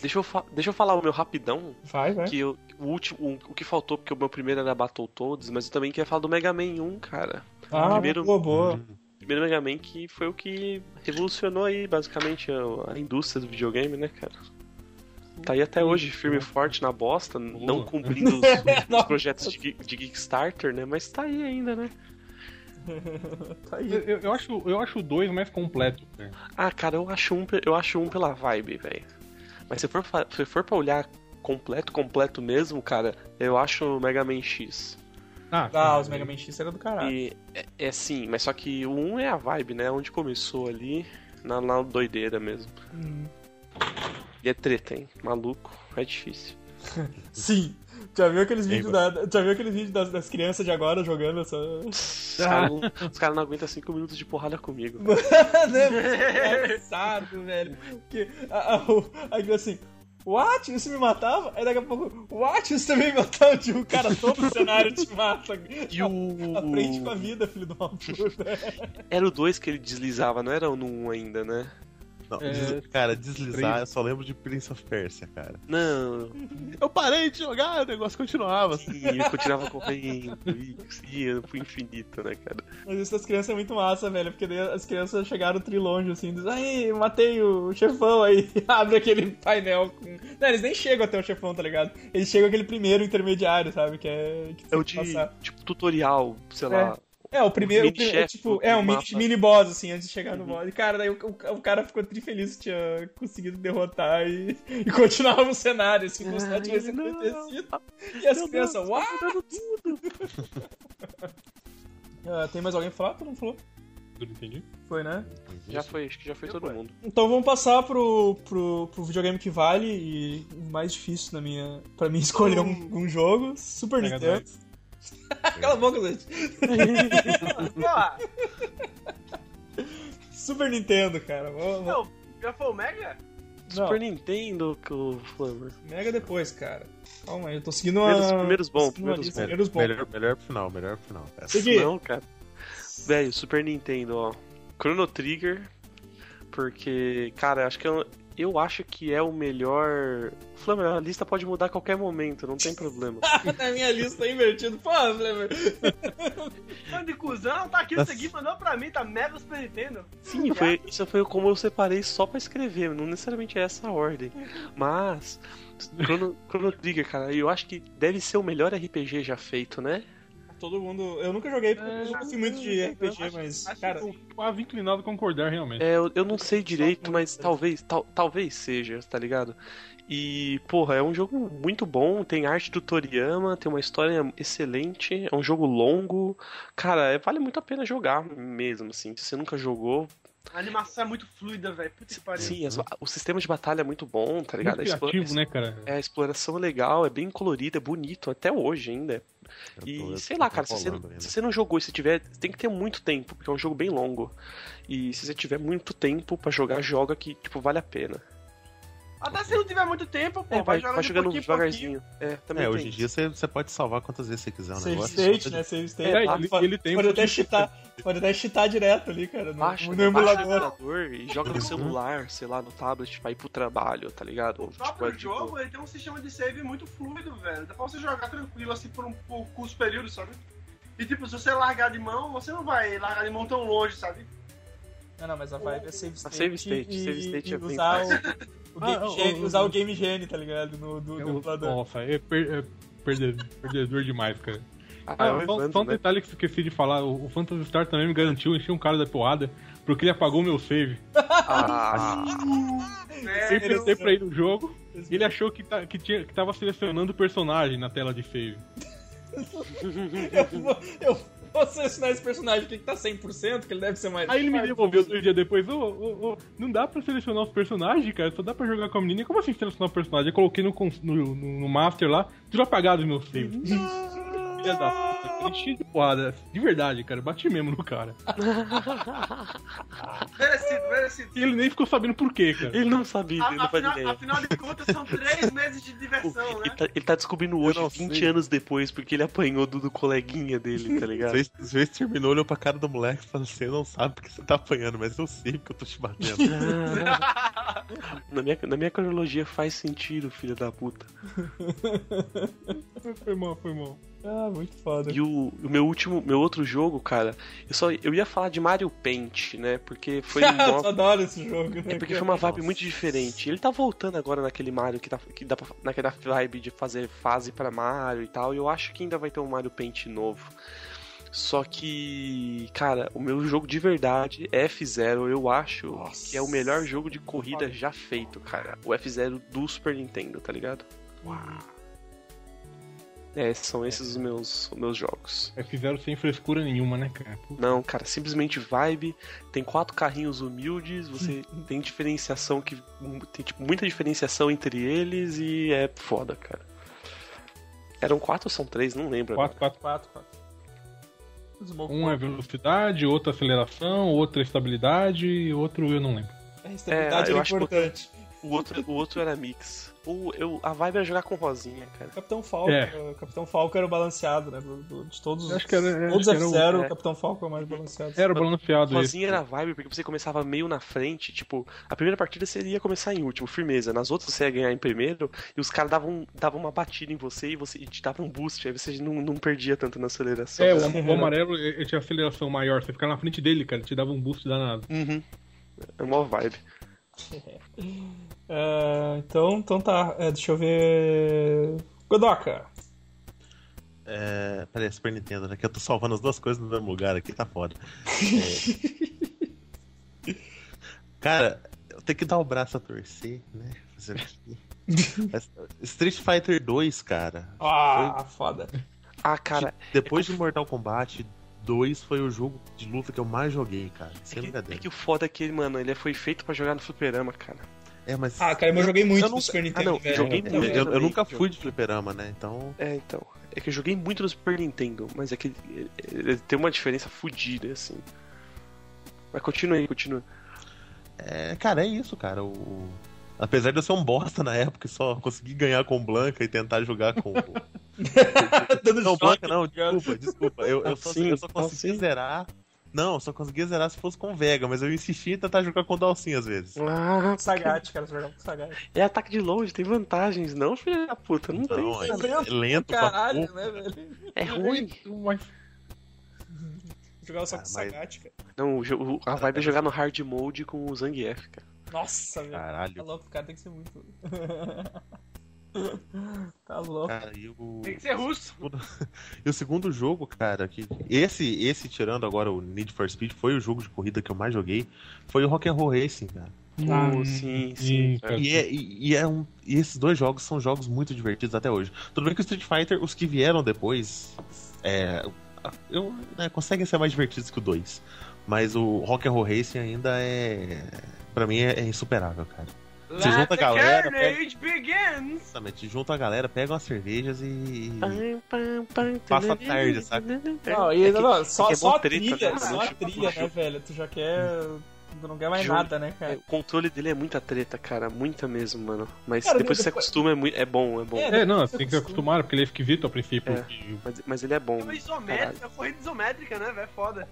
Speaker 4: Deixa eu, fa- deixa eu falar o meu rapidão,
Speaker 3: Vai, vai.
Speaker 4: que eu- o último, o que faltou, porque o meu primeiro era Battletoads, mas eu também queria falar do Mega Man 1, cara.
Speaker 3: Ah,
Speaker 4: primeiro- Uhum.
Speaker 3: boa, boa.
Speaker 4: Primeiro Mega Man que foi o que revolucionou aí, basicamente, a, a indústria do videogame, né, cara? Tá aí até hoje, firme e forte na bosta, não cumprindo os, os projetos de, Ki- de Kickstarter, né? Mas tá aí ainda, né?
Speaker 3: Tá
Speaker 6: Eu,
Speaker 3: aí.
Speaker 6: eu- eu acho, eu acho o 2 mais completo. né? cara.
Speaker 4: Ah, cara, eu acho um, pe- eu acho um pela vibe, velho. Mas se for, fa- se for pra olhar completo, completo mesmo, cara, eu acho o Mega Man X.
Speaker 6: Ah,
Speaker 3: Ah,
Speaker 6: sim.
Speaker 3: os Mega Man X era do caralho.
Speaker 4: E é, é sim, mas só que o 1 é a vibe, né? Onde começou ali, na, na doideira mesmo.
Speaker 3: Hum.
Speaker 4: E é treta, hein? Maluco, é difícil.
Speaker 3: Sim. Já viu aqueles
Speaker 5: E aí,
Speaker 3: vídeos, da, já viu aqueles vídeos das, das crianças de agora jogando essa. Ah.
Speaker 4: Os caras não, os cara não aguentam 5 minutos de porrada comigo. velho.
Speaker 3: né? Engraçado, velho. Porque a, a, o- a criança assim, what? Isso me matava? Aí daqui a pouco, what? Isso também me matava? Tipo, cara, todo o cenário te mata.
Speaker 4: E o.
Speaker 3: Aprende com a vida, filho do uma puta.
Speaker 4: Era o 2 que ele deslizava, não era o no 1 ainda, né?
Speaker 5: Não,
Speaker 6: É,
Speaker 5: des- Cara, deslizar,
Speaker 6: três.
Speaker 5: eu só lembro de Prince of Persia, cara.
Speaker 4: Não,
Speaker 5: Eu parei de jogar, o negócio continuava.
Speaker 4: e ele continuava correndo, e ia pro infinito, né, cara?
Speaker 3: Mas isso das crianças é muito massa, velho. Porque daí as crianças chegaram trilonge assim, dizem, aí, matei o chefão aí. Abre aquele painel com. Não, eles nem chegam até o chefão, tá ligado? Eles chegam aquele primeiro intermediário, sabe? Que é. Que
Speaker 4: É o
Speaker 3: tem que
Speaker 4: de,
Speaker 3: passar.
Speaker 4: tipo, tutorial, sei
Speaker 3: É.
Speaker 4: lá.
Speaker 3: É, o primeiro, o
Speaker 4: mini-chefe
Speaker 3: primeiro- é tipo,
Speaker 4: do
Speaker 3: é um mini,
Speaker 4: mapa. Uhum.
Speaker 3: mini boss, assim, antes de chegar no boss. E, cara, daí o, o- o cara ficou trifeliz que tinha conseguido derrotar e, e continuava o cenário, assim, como se nada tivesse
Speaker 4: Ai, Ah, não.
Speaker 3: acontecido. E as
Speaker 4: Meu
Speaker 3: crianças,
Speaker 4: Deus,
Speaker 3: uau!
Speaker 4: tá mudando tudo.
Speaker 3: Ah, tem mais alguém pra falar? Tu não falou?
Speaker 6: Tudo entendi.
Speaker 3: Foi, né?
Speaker 4: Já foi, acho que já foi todo mundo.
Speaker 3: Então vamos passar pro, pro, pro videogame que vale e o mais difícil na minha, pra mim escolher
Speaker 4: Hum.
Speaker 3: um, um jogo, Super
Speaker 6: Mega
Speaker 3: Nintendo. Cala a boca, gente.
Speaker 7: Pô,
Speaker 3: Super Nintendo, cara. Vamos- vamos-
Speaker 7: já foi o Mega?
Speaker 3: Não,
Speaker 4: Super Nintendo, que o Flamer.
Speaker 3: Mega depois, cara. Calma aí, eu tô seguindo uma...
Speaker 4: Primeiros, primeiros bons,
Speaker 3: seguindo uma
Speaker 4: primeiros
Speaker 3: lista.
Speaker 4: bons.
Speaker 3: Primeiros bons.
Speaker 5: Melhor, melhor pro final, melhor pro final. É.
Speaker 3: Segui.
Speaker 4: Não, cara. Velho, Super Nintendo, ó. Chrono Trigger. Porque, cara, acho que eu, eu acho que é o melhor. Flamer, a lista pode mudar a qualquer momento, não tem problema.
Speaker 3: na minha lista tá invertido. Pô, Flemer.
Speaker 7: Mano, de cuzão, tá aqui, isso aqui mandou pra mim, tá Mega Super Nintendo.
Speaker 4: Sim, foi, isso foi como eu separei só pra escrever, não necessariamente é essa a ordem. Mas, Chrono, Chrono Trigger, cara, eu acho que deve ser o melhor RPG já feito, né?
Speaker 3: Todo mundo. Eu nunca joguei porque
Speaker 6: É,
Speaker 3: eu
Speaker 6: eu
Speaker 3: não
Speaker 6: acho
Speaker 3: fui muito de
Speaker 6: que-
Speaker 3: RPG,
Speaker 6: acho-
Speaker 3: mas.
Speaker 6: Acho
Speaker 3: cara,
Speaker 6: que eu tô quase inclinado a concordar realmente.
Speaker 4: É, eu, eu não sei direito, mas talvez, tal, talvez seja, tá ligado? E, porra, é um jogo muito bom, tem arte do Toriyama, tem uma história excelente, é um jogo longo. Cara, é- vale muito a pena jogar mesmo, assim. Se você nunca jogou.
Speaker 7: A animação é muito fluida, velho. Puta que pariu.
Speaker 4: Sim, as- o sistema de batalha é muito bom, tá
Speaker 6: Muito
Speaker 4: ligado? A explora-
Speaker 6: criativo, né, cara?
Speaker 4: É, a exploração é legal, é bem colorida, é bonito, até hoje ainda. E sei lá, cara, se você, não- se você não jogou e se tiver, tem que ter muito tempo, porque é um jogo bem longo. E se você tiver muito tempo pra jogar, joga que, tipo, vale a pena.
Speaker 7: Até se não tiver muito tempo, pô,
Speaker 4: É, vai,
Speaker 7: vai, jogando
Speaker 4: vai
Speaker 7: de
Speaker 4: jogando
Speaker 7: pouquinho em
Speaker 4: devagarzinho. É, também
Speaker 5: É,
Speaker 4: tem
Speaker 5: hoje em dia você, você pode salvar quantas vezes você quiser um
Speaker 3: Save
Speaker 5: negócio.
Speaker 3: state, né? Save state.
Speaker 6: É,
Speaker 5: tá
Speaker 3: Pode-
Speaker 6: ele- ele tem um
Speaker 3: pode até
Speaker 6: motivo.
Speaker 3: cheatar. Pode até cheatar direto ali, cara. No,
Speaker 4: Baixa,
Speaker 3: no
Speaker 4: baixa o
Speaker 3: emulador.
Speaker 4: emulador e joga
Speaker 5: Uhum.
Speaker 4: no celular, sei lá, no tablet, pra ir pro trabalho, tá ligado? Ou,
Speaker 7: O
Speaker 4: tipo,
Speaker 7: próprio
Speaker 4: é, tipo,
Speaker 7: jogo, ele tem um sistema de save muito fluido, velho. Dá pra você jogar tranquilo, assim, por um por curto período, sabe? E, tipo, se você largar de mão, você não vai largar de mão tão longe, sabe?
Speaker 3: Não, não, mas a vibe é save state.
Speaker 4: save state,
Speaker 3: e,
Speaker 4: save state
Speaker 3: e
Speaker 4: é bem
Speaker 3: usar o, o
Speaker 6: Ah,
Speaker 3: game
Speaker 6: o-
Speaker 3: gene,
Speaker 6: o-
Speaker 3: usar o game gene, tá ligado? No, do, do
Speaker 6: Eu-
Speaker 3: emulador.
Speaker 6: Nossa, é, per- é perde- perdedor demais, cara.
Speaker 4: Ah,
Speaker 6: Ah,
Speaker 4: é o
Speaker 6: só,
Speaker 4: Evandro,
Speaker 6: só um
Speaker 4: né?
Speaker 6: detalhe que esqueci de falar: o, o Phantasy Star também me garantiu, enchi um cara da porrada, porque ele apagou meu save.
Speaker 4: Ah,
Speaker 6: Eu
Speaker 3: Ele-
Speaker 6: emprestei pra ele o jogo e ele achou que, tá- que, tinha, que tava selecionando o personagem na tela de save.
Speaker 3: Eu vou, eu vou selecionar esse personagem aqui que tá 100%, que ele deve ser mais.
Speaker 6: Aí ele me
Speaker 3: forte.
Speaker 6: devolveu dois dias depois: ô, ô, ô, não dá pra selecionar os personagens, cara, só dá pra jogar com a menina. Como assim selecionar o personagem? Eu coloquei no, cons- no, no- no Master lá, tudo apagado meu save. Filha da puta, eu enchi de porrada, de verdade, cara, bati mesmo no cara.
Speaker 7: Merecido, merecido.
Speaker 6: E ele nem ficou sabendo por quê, cara.
Speaker 4: Ele não sabia,
Speaker 7: A-
Speaker 4: ele não faz
Speaker 7: afinal,
Speaker 4: ideia.
Speaker 7: afinal de contas, são três meses de diversão,
Speaker 4: Ele
Speaker 7: né?
Speaker 4: tá, ele tá descobrindo hoje,
Speaker 5: não
Speaker 4: 20
Speaker 5: sei.
Speaker 4: anos depois, porque ele apanhou do, do coleguinha dele, tá
Speaker 5: Às
Speaker 4: ligado?
Speaker 5: vezes, às vezes terminou, olhou pra cara do moleque e falou: Você não sabe porque você tá apanhando, mas eu sei porque eu tô te batendo.
Speaker 4: na, minha, na minha cronologia faz sentido, filho da puta.
Speaker 6: Foi mal, foi mal.
Speaker 3: Ah, muito foda.
Speaker 4: E o, o meu último, meu outro jogo, cara, eu só eu ia falar de Mario Paint, né? Porque foi um
Speaker 3: eu
Speaker 4: novo-
Speaker 3: adoro esse jogo, né?
Speaker 4: É porque
Speaker 3: cara?
Speaker 4: foi uma vibe muito diferente. Ele tá voltando agora naquele Mario que, tá, que dá pra, naquela vibe de fazer fase pra Mario e tal. E eu acho que ainda vai ter um Mario Paint novo. Só que, cara, o meu jogo de verdade é F0, eu acho
Speaker 3: Nossa.
Speaker 4: que é o melhor jogo de corrida já feito, cara. O F0 do Super Nintendo, tá ligado? É, são esses os meus, os meus jogos.
Speaker 6: É, fizeram sem frescura nenhuma, né, cara? Puta,
Speaker 4: Não, cara, simplesmente vibe. Tem quatro carrinhos humildes, você tem diferenciação que. Tem tipo, muita diferenciação entre eles e é foda, cara. Eram quatro ou são três? Não lembro. agora.
Speaker 6: 4,
Speaker 3: 4,
Speaker 6: 4,
Speaker 3: 4. Os mo-
Speaker 6: Um é velocidade, outro é aceleração, outro é estabilidade, e outro eu não lembro.
Speaker 3: A estabilidade
Speaker 4: É, eu
Speaker 3: é,
Speaker 4: acho que-
Speaker 3: importante.
Speaker 4: O outro, o outro era mix. O, eu, a vibe era jogar com Rosinha, cara.
Speaker 3: Capitão Falco,
Speaker 6: É.
Speaker 3: o Capitão Falco era o balanceado, né? do- do- de todos os.
Speaker 6: Acho que era-
Speaker 3: todos
Speaker 6: acho que era o-
Speaker 3: F0,
Speaker 4: é.
Speaker 3: o Capitão Falco é o mais balanceado.
Speaker 6: Era balanceado esse.
Speaker 4: Rosinha era a vibe porque você começava meio na frente. Tipo, a primeira partida você ia começar em último, firmeza. Nas outras você ia ganhar em primeiro e os caras davam, davam uma batida em você e você e te dava um boost. Aí você não, não perdia tanto na aceleração.
Speaker 6: É, o, am- o amarelo ele tinha aceleração maior. Você ficar na frente dele, cara, ele te dava um boost danado.
Speaker 4: Uhum. É uma vibe.
Speaker 3: É, então, então tá, é, deixa eu ver. Godoka!
Speaker 5: É, peraí, Super Nintendo, né? Que eu tô salvando as duas coisas no mesmo lugar aqui, tá foda. É. Cara, eu tenho que dar o braço a torcer, né? Fazer o quê? Mas, Street Fighter 2, cara.
Speaker 3: Ah, foda.
Speaker 4: Ah, cara,
Speaker 5: Depois de Mortal Kombat 2 foi o jogo de luta que eu mais joguei, cara. Sem
Speaker 4: é que, é
Speaker 5: brincadeira.
Speaker 4: que o foda é que, mano, ele foi feito pra jogar no fliperama, cara.
Speaker 5: É, mas.
Speaker 3: Ah, cara, mas eu joguei muito
Speaker 5: eu
Speaker 3: no
Speaker 5: não-
Speaker 3: Super
Speaker 4: Ah,
Speaker 3: Nintendo.
Speaker 4: não,
Speaker 3: velho.
Speaker 4: joguei
Speaker 5: É,
Speaker 4: muito.
Speaker 5: Eu, eu
Speaker 4: também.
Speaker 5: nunca fui de fliperama, né? Então.
Speaker 4: É, então. É que eu joguei muito no Super Nintendo, mas é que ele- ele tem uma diferença fodida, assim. Mas continua aí, continua.
Speaker 5: É, cara, é isso, cara. O- O... Apesar de eu ser um bosta na época e só conseguir ganhar com o Blanca e tentar jogar com. o-
Speaker 3: Dando
Speaker 5: não,
Speaker 3: choque,
Speaker 5: Blanca não,
Speaker 3: tá ligado?
Speaker 5: desculpa, desculpa. Eu, eu só,
Speaker 4: Sim,
Speaker 5: eu só consegui
Speaker 4: sim.
Speaker 5: zerar. Não, eu só conseguia zerar se fosse com o Vega, mas eu insisti em tentar jogar com o Dalcinha às vezes.
Speaker 4: Ah,
Speaker 3: Sagat, cara, você jogava com Sagat.
Speaker 4: é ataque de longe, tem vantagens, não, filha da puta, não tem.
Speaker 5: Então, é,
Speaker 4: cara.
Speaker 5: é lento pra
Speaker 3: Caralho,
Speaker 5: pouco,
Speaker 3: né, velho?
Speaker 4: É ruim.
Speaker 6: Mas
Speaker 3: Jogava só com
Speaker 5: Ah, mas-
Speaker 3: Sagat, cara.
Speaker 4: Não, o jo- o- a vibe é jogar no hard mode com o Zangief, cara.
Speaker 3: Nossa, velho. Tá
Speaker 5: Caralho.
Speaker 3: louco, o cara tem que ser muito. tá louco.
Speaker 5: Cara, e o...
Speaker 7: Tem que ser russo.
Speaker 5: E o segundo jogo, cara, que esse, esse tirando agora o Need for Speed, foi o jogo de corrida que eu mais joguei, foi o Rock and Roll Racing, cara.
Speaker 3: Ah,
Speaker 4: Pô, sim, sim.
Speaker 6: cara.
Speaker 5: E, é- e- e é um- e esses dois jogos são jogos muito divertidos até hoje. Tudo bem que o Street Fighter, os que vieram depois, é, eu- né, conseguem ser mais divertidos que o 2. Mas o Rock and Roll Racing ainda é. Pra mim é, é insuperável, cara. Você junta a galera,
Speaker 7: carnage begins!
Speaker 5: Exatamente. Junta a galera, pega umas cervejas e.
Speaker 3: Ah,
Speaker 4: Pam, pam, pam,
Speaker 5: Passa a
Speaker 4: tananana,
Speaker 5: tarde, saca?
Speaker 3: Não, e,
Speaker 4: É que-
Speaker 3: não, só,
Speaker 4: é que é
Speaker 3: só
Speaker 4: mó
Speaker 3: a
Speaker 4: treta,
Speaker 3: trilha,
Speaker 4: né?
Speaker 3: só a trilha, né, velho? Tu já quer. Tu não quer mais
Speaker 4: Juro.
Speaker 3: nada, né, cara?
Speaker 4: O controle dele é muita treta, cara. Muita mesmo, mano. Mas
Speaker 3: Cara,
Speaker 4: depois que você
Speaker 3: depois-
Speaker 4: acostuma, é, muito, é bom, é bom.
Speaker 3: É,
Speaker 6: É, não, você tem que se acostumar, porque ele é esquisito a princípio.
Speaker 4: É.
Speaker 6: que-
Speaker 4: Mas, mas ele é bom.
Speaker 7: É uma isométrica, é uma corrida isométrica, né, velho? Foda.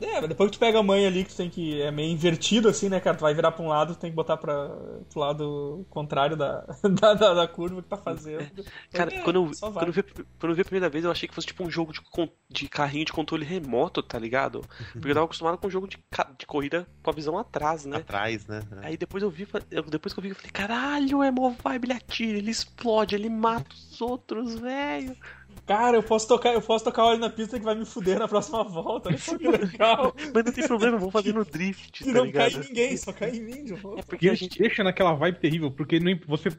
Speaker 3: É, mas depois que tu pega a mãe ali, que tu tem que. É meio invertido assim, né, cara? Tu vai virar pra um lado, tu tem que botar pra, pro lado contrário da, da, da, da curva que tá fazendo.
Speaker 4: Cara,
Speaker 3: É,
Speaker 4: quando, eu,
Speaker 3: só vai.
Speaker 4: quando, eu vi, quando eu vi a primeira vez, eu achei que fosse tipo um jogo de, con- de carrinho de controle remoto, tá ligado? Porque eu tava acostumado com um jogo de, ca- de corrida com a visão atrás,
Speaker 3: é.
Speaker 4: né?
Speaker 5: Atrás, né?
Speaker 4: Aí depois eu vi, eu- depois que eu vi, eu falei, caralho, é mó vibe, ele atira, ele explode, ele mata os outros, velho.
Speaker 3: Cara, eu posso tocar, eu posso tocar óleo na pista que vai me fuder na próxima volta. Olha só que legal.
Speaker 4: Mas não tem problema, eu vou fazer no drift,
Speaker 3: E
Speaker 4: tá
Speaker 3: não cai em
Speaker 4: ligado?
Speaker 3: ninguém, só cai em mim de novo.
Speaker 4: É
Speaker 6: E
Speaker 4: porque a
Speaker 6: ele te
Speaker 4: gente.
Speaker 6: deixa naquela vibe terrível, porque não, você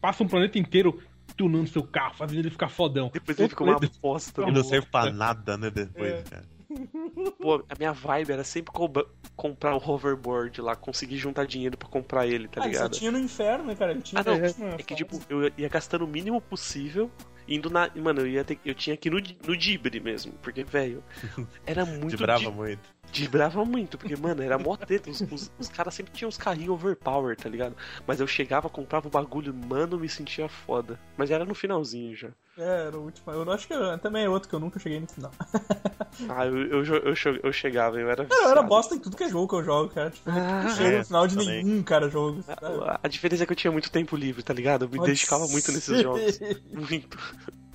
Speaker 6: passa um planeta inteiro tunando seu carro, fazendo ele ficar fodão.
Speaker 4: Depois ele ficou uma aposta.
Speaker 5: E não serve pra nada, né? Depois,
Speaker 3: É.
Speaker 5: cara.
Speaker 4: Pô, a minha vibe era sempre cobra- comprar o hoverboard lá, conseguir juntar dinheiro pra comprar ele, tá
Speaker 3: Ah, ele só
Speaker 4: ligado?
Speaker 3: tinha no inferno, né, cara? Ele tinha
Speaker 4: Ah, não,
Speaker 3: na última
Speaker 4: É que,
Speaker 3: fase.
Speaker 4: tipo, eu ia gastando o mínimo possível, indo na. Mano, eu, ia ter... eu tinha que ir no, di- no Dibre mesmo, porque, velho, era muito.
Speaker 5: De brava
Speaker 4: di-
Speaker 5: muito.
Speaker 4: Dibrava muito, porque, mano, era mó treta. Os, os- os caras sempre tinham os carrinhos overpower, tá ligado? Mas eu chegava, comprava o bagulho, mano, me sentia foda. Mas era no finalzinho já.
Speaker 3: É, era o último. Eu acho que eu- também é outro que eu nunca cheguei no final.
Speaker 4: Ah, eu, eu, jo- eu, cho- eu chegava, eu era.
Speaker 3: Cara, Hum. eu era
Speaker 4: viciado.
Speaker 3: bosta em tudo que é jogo que eu jogo, cara. Tipo, eu
Speaker 4: Ah,
Speaker 3: não chego
Speaker 5: é,
Speaker 3: no final de
Speaker 5: também.
Speaker 3: nenhum, cara, jogo. sabe?
Speaker 4: A, a diferença é que eu tinha muito tempo livre, tá ligado? Ah, Eu me
Speaker 3: Pode
Speaker 4: dedicava muito nesses
Speaker 3: ser.
Speaker 4: jogos. Muito.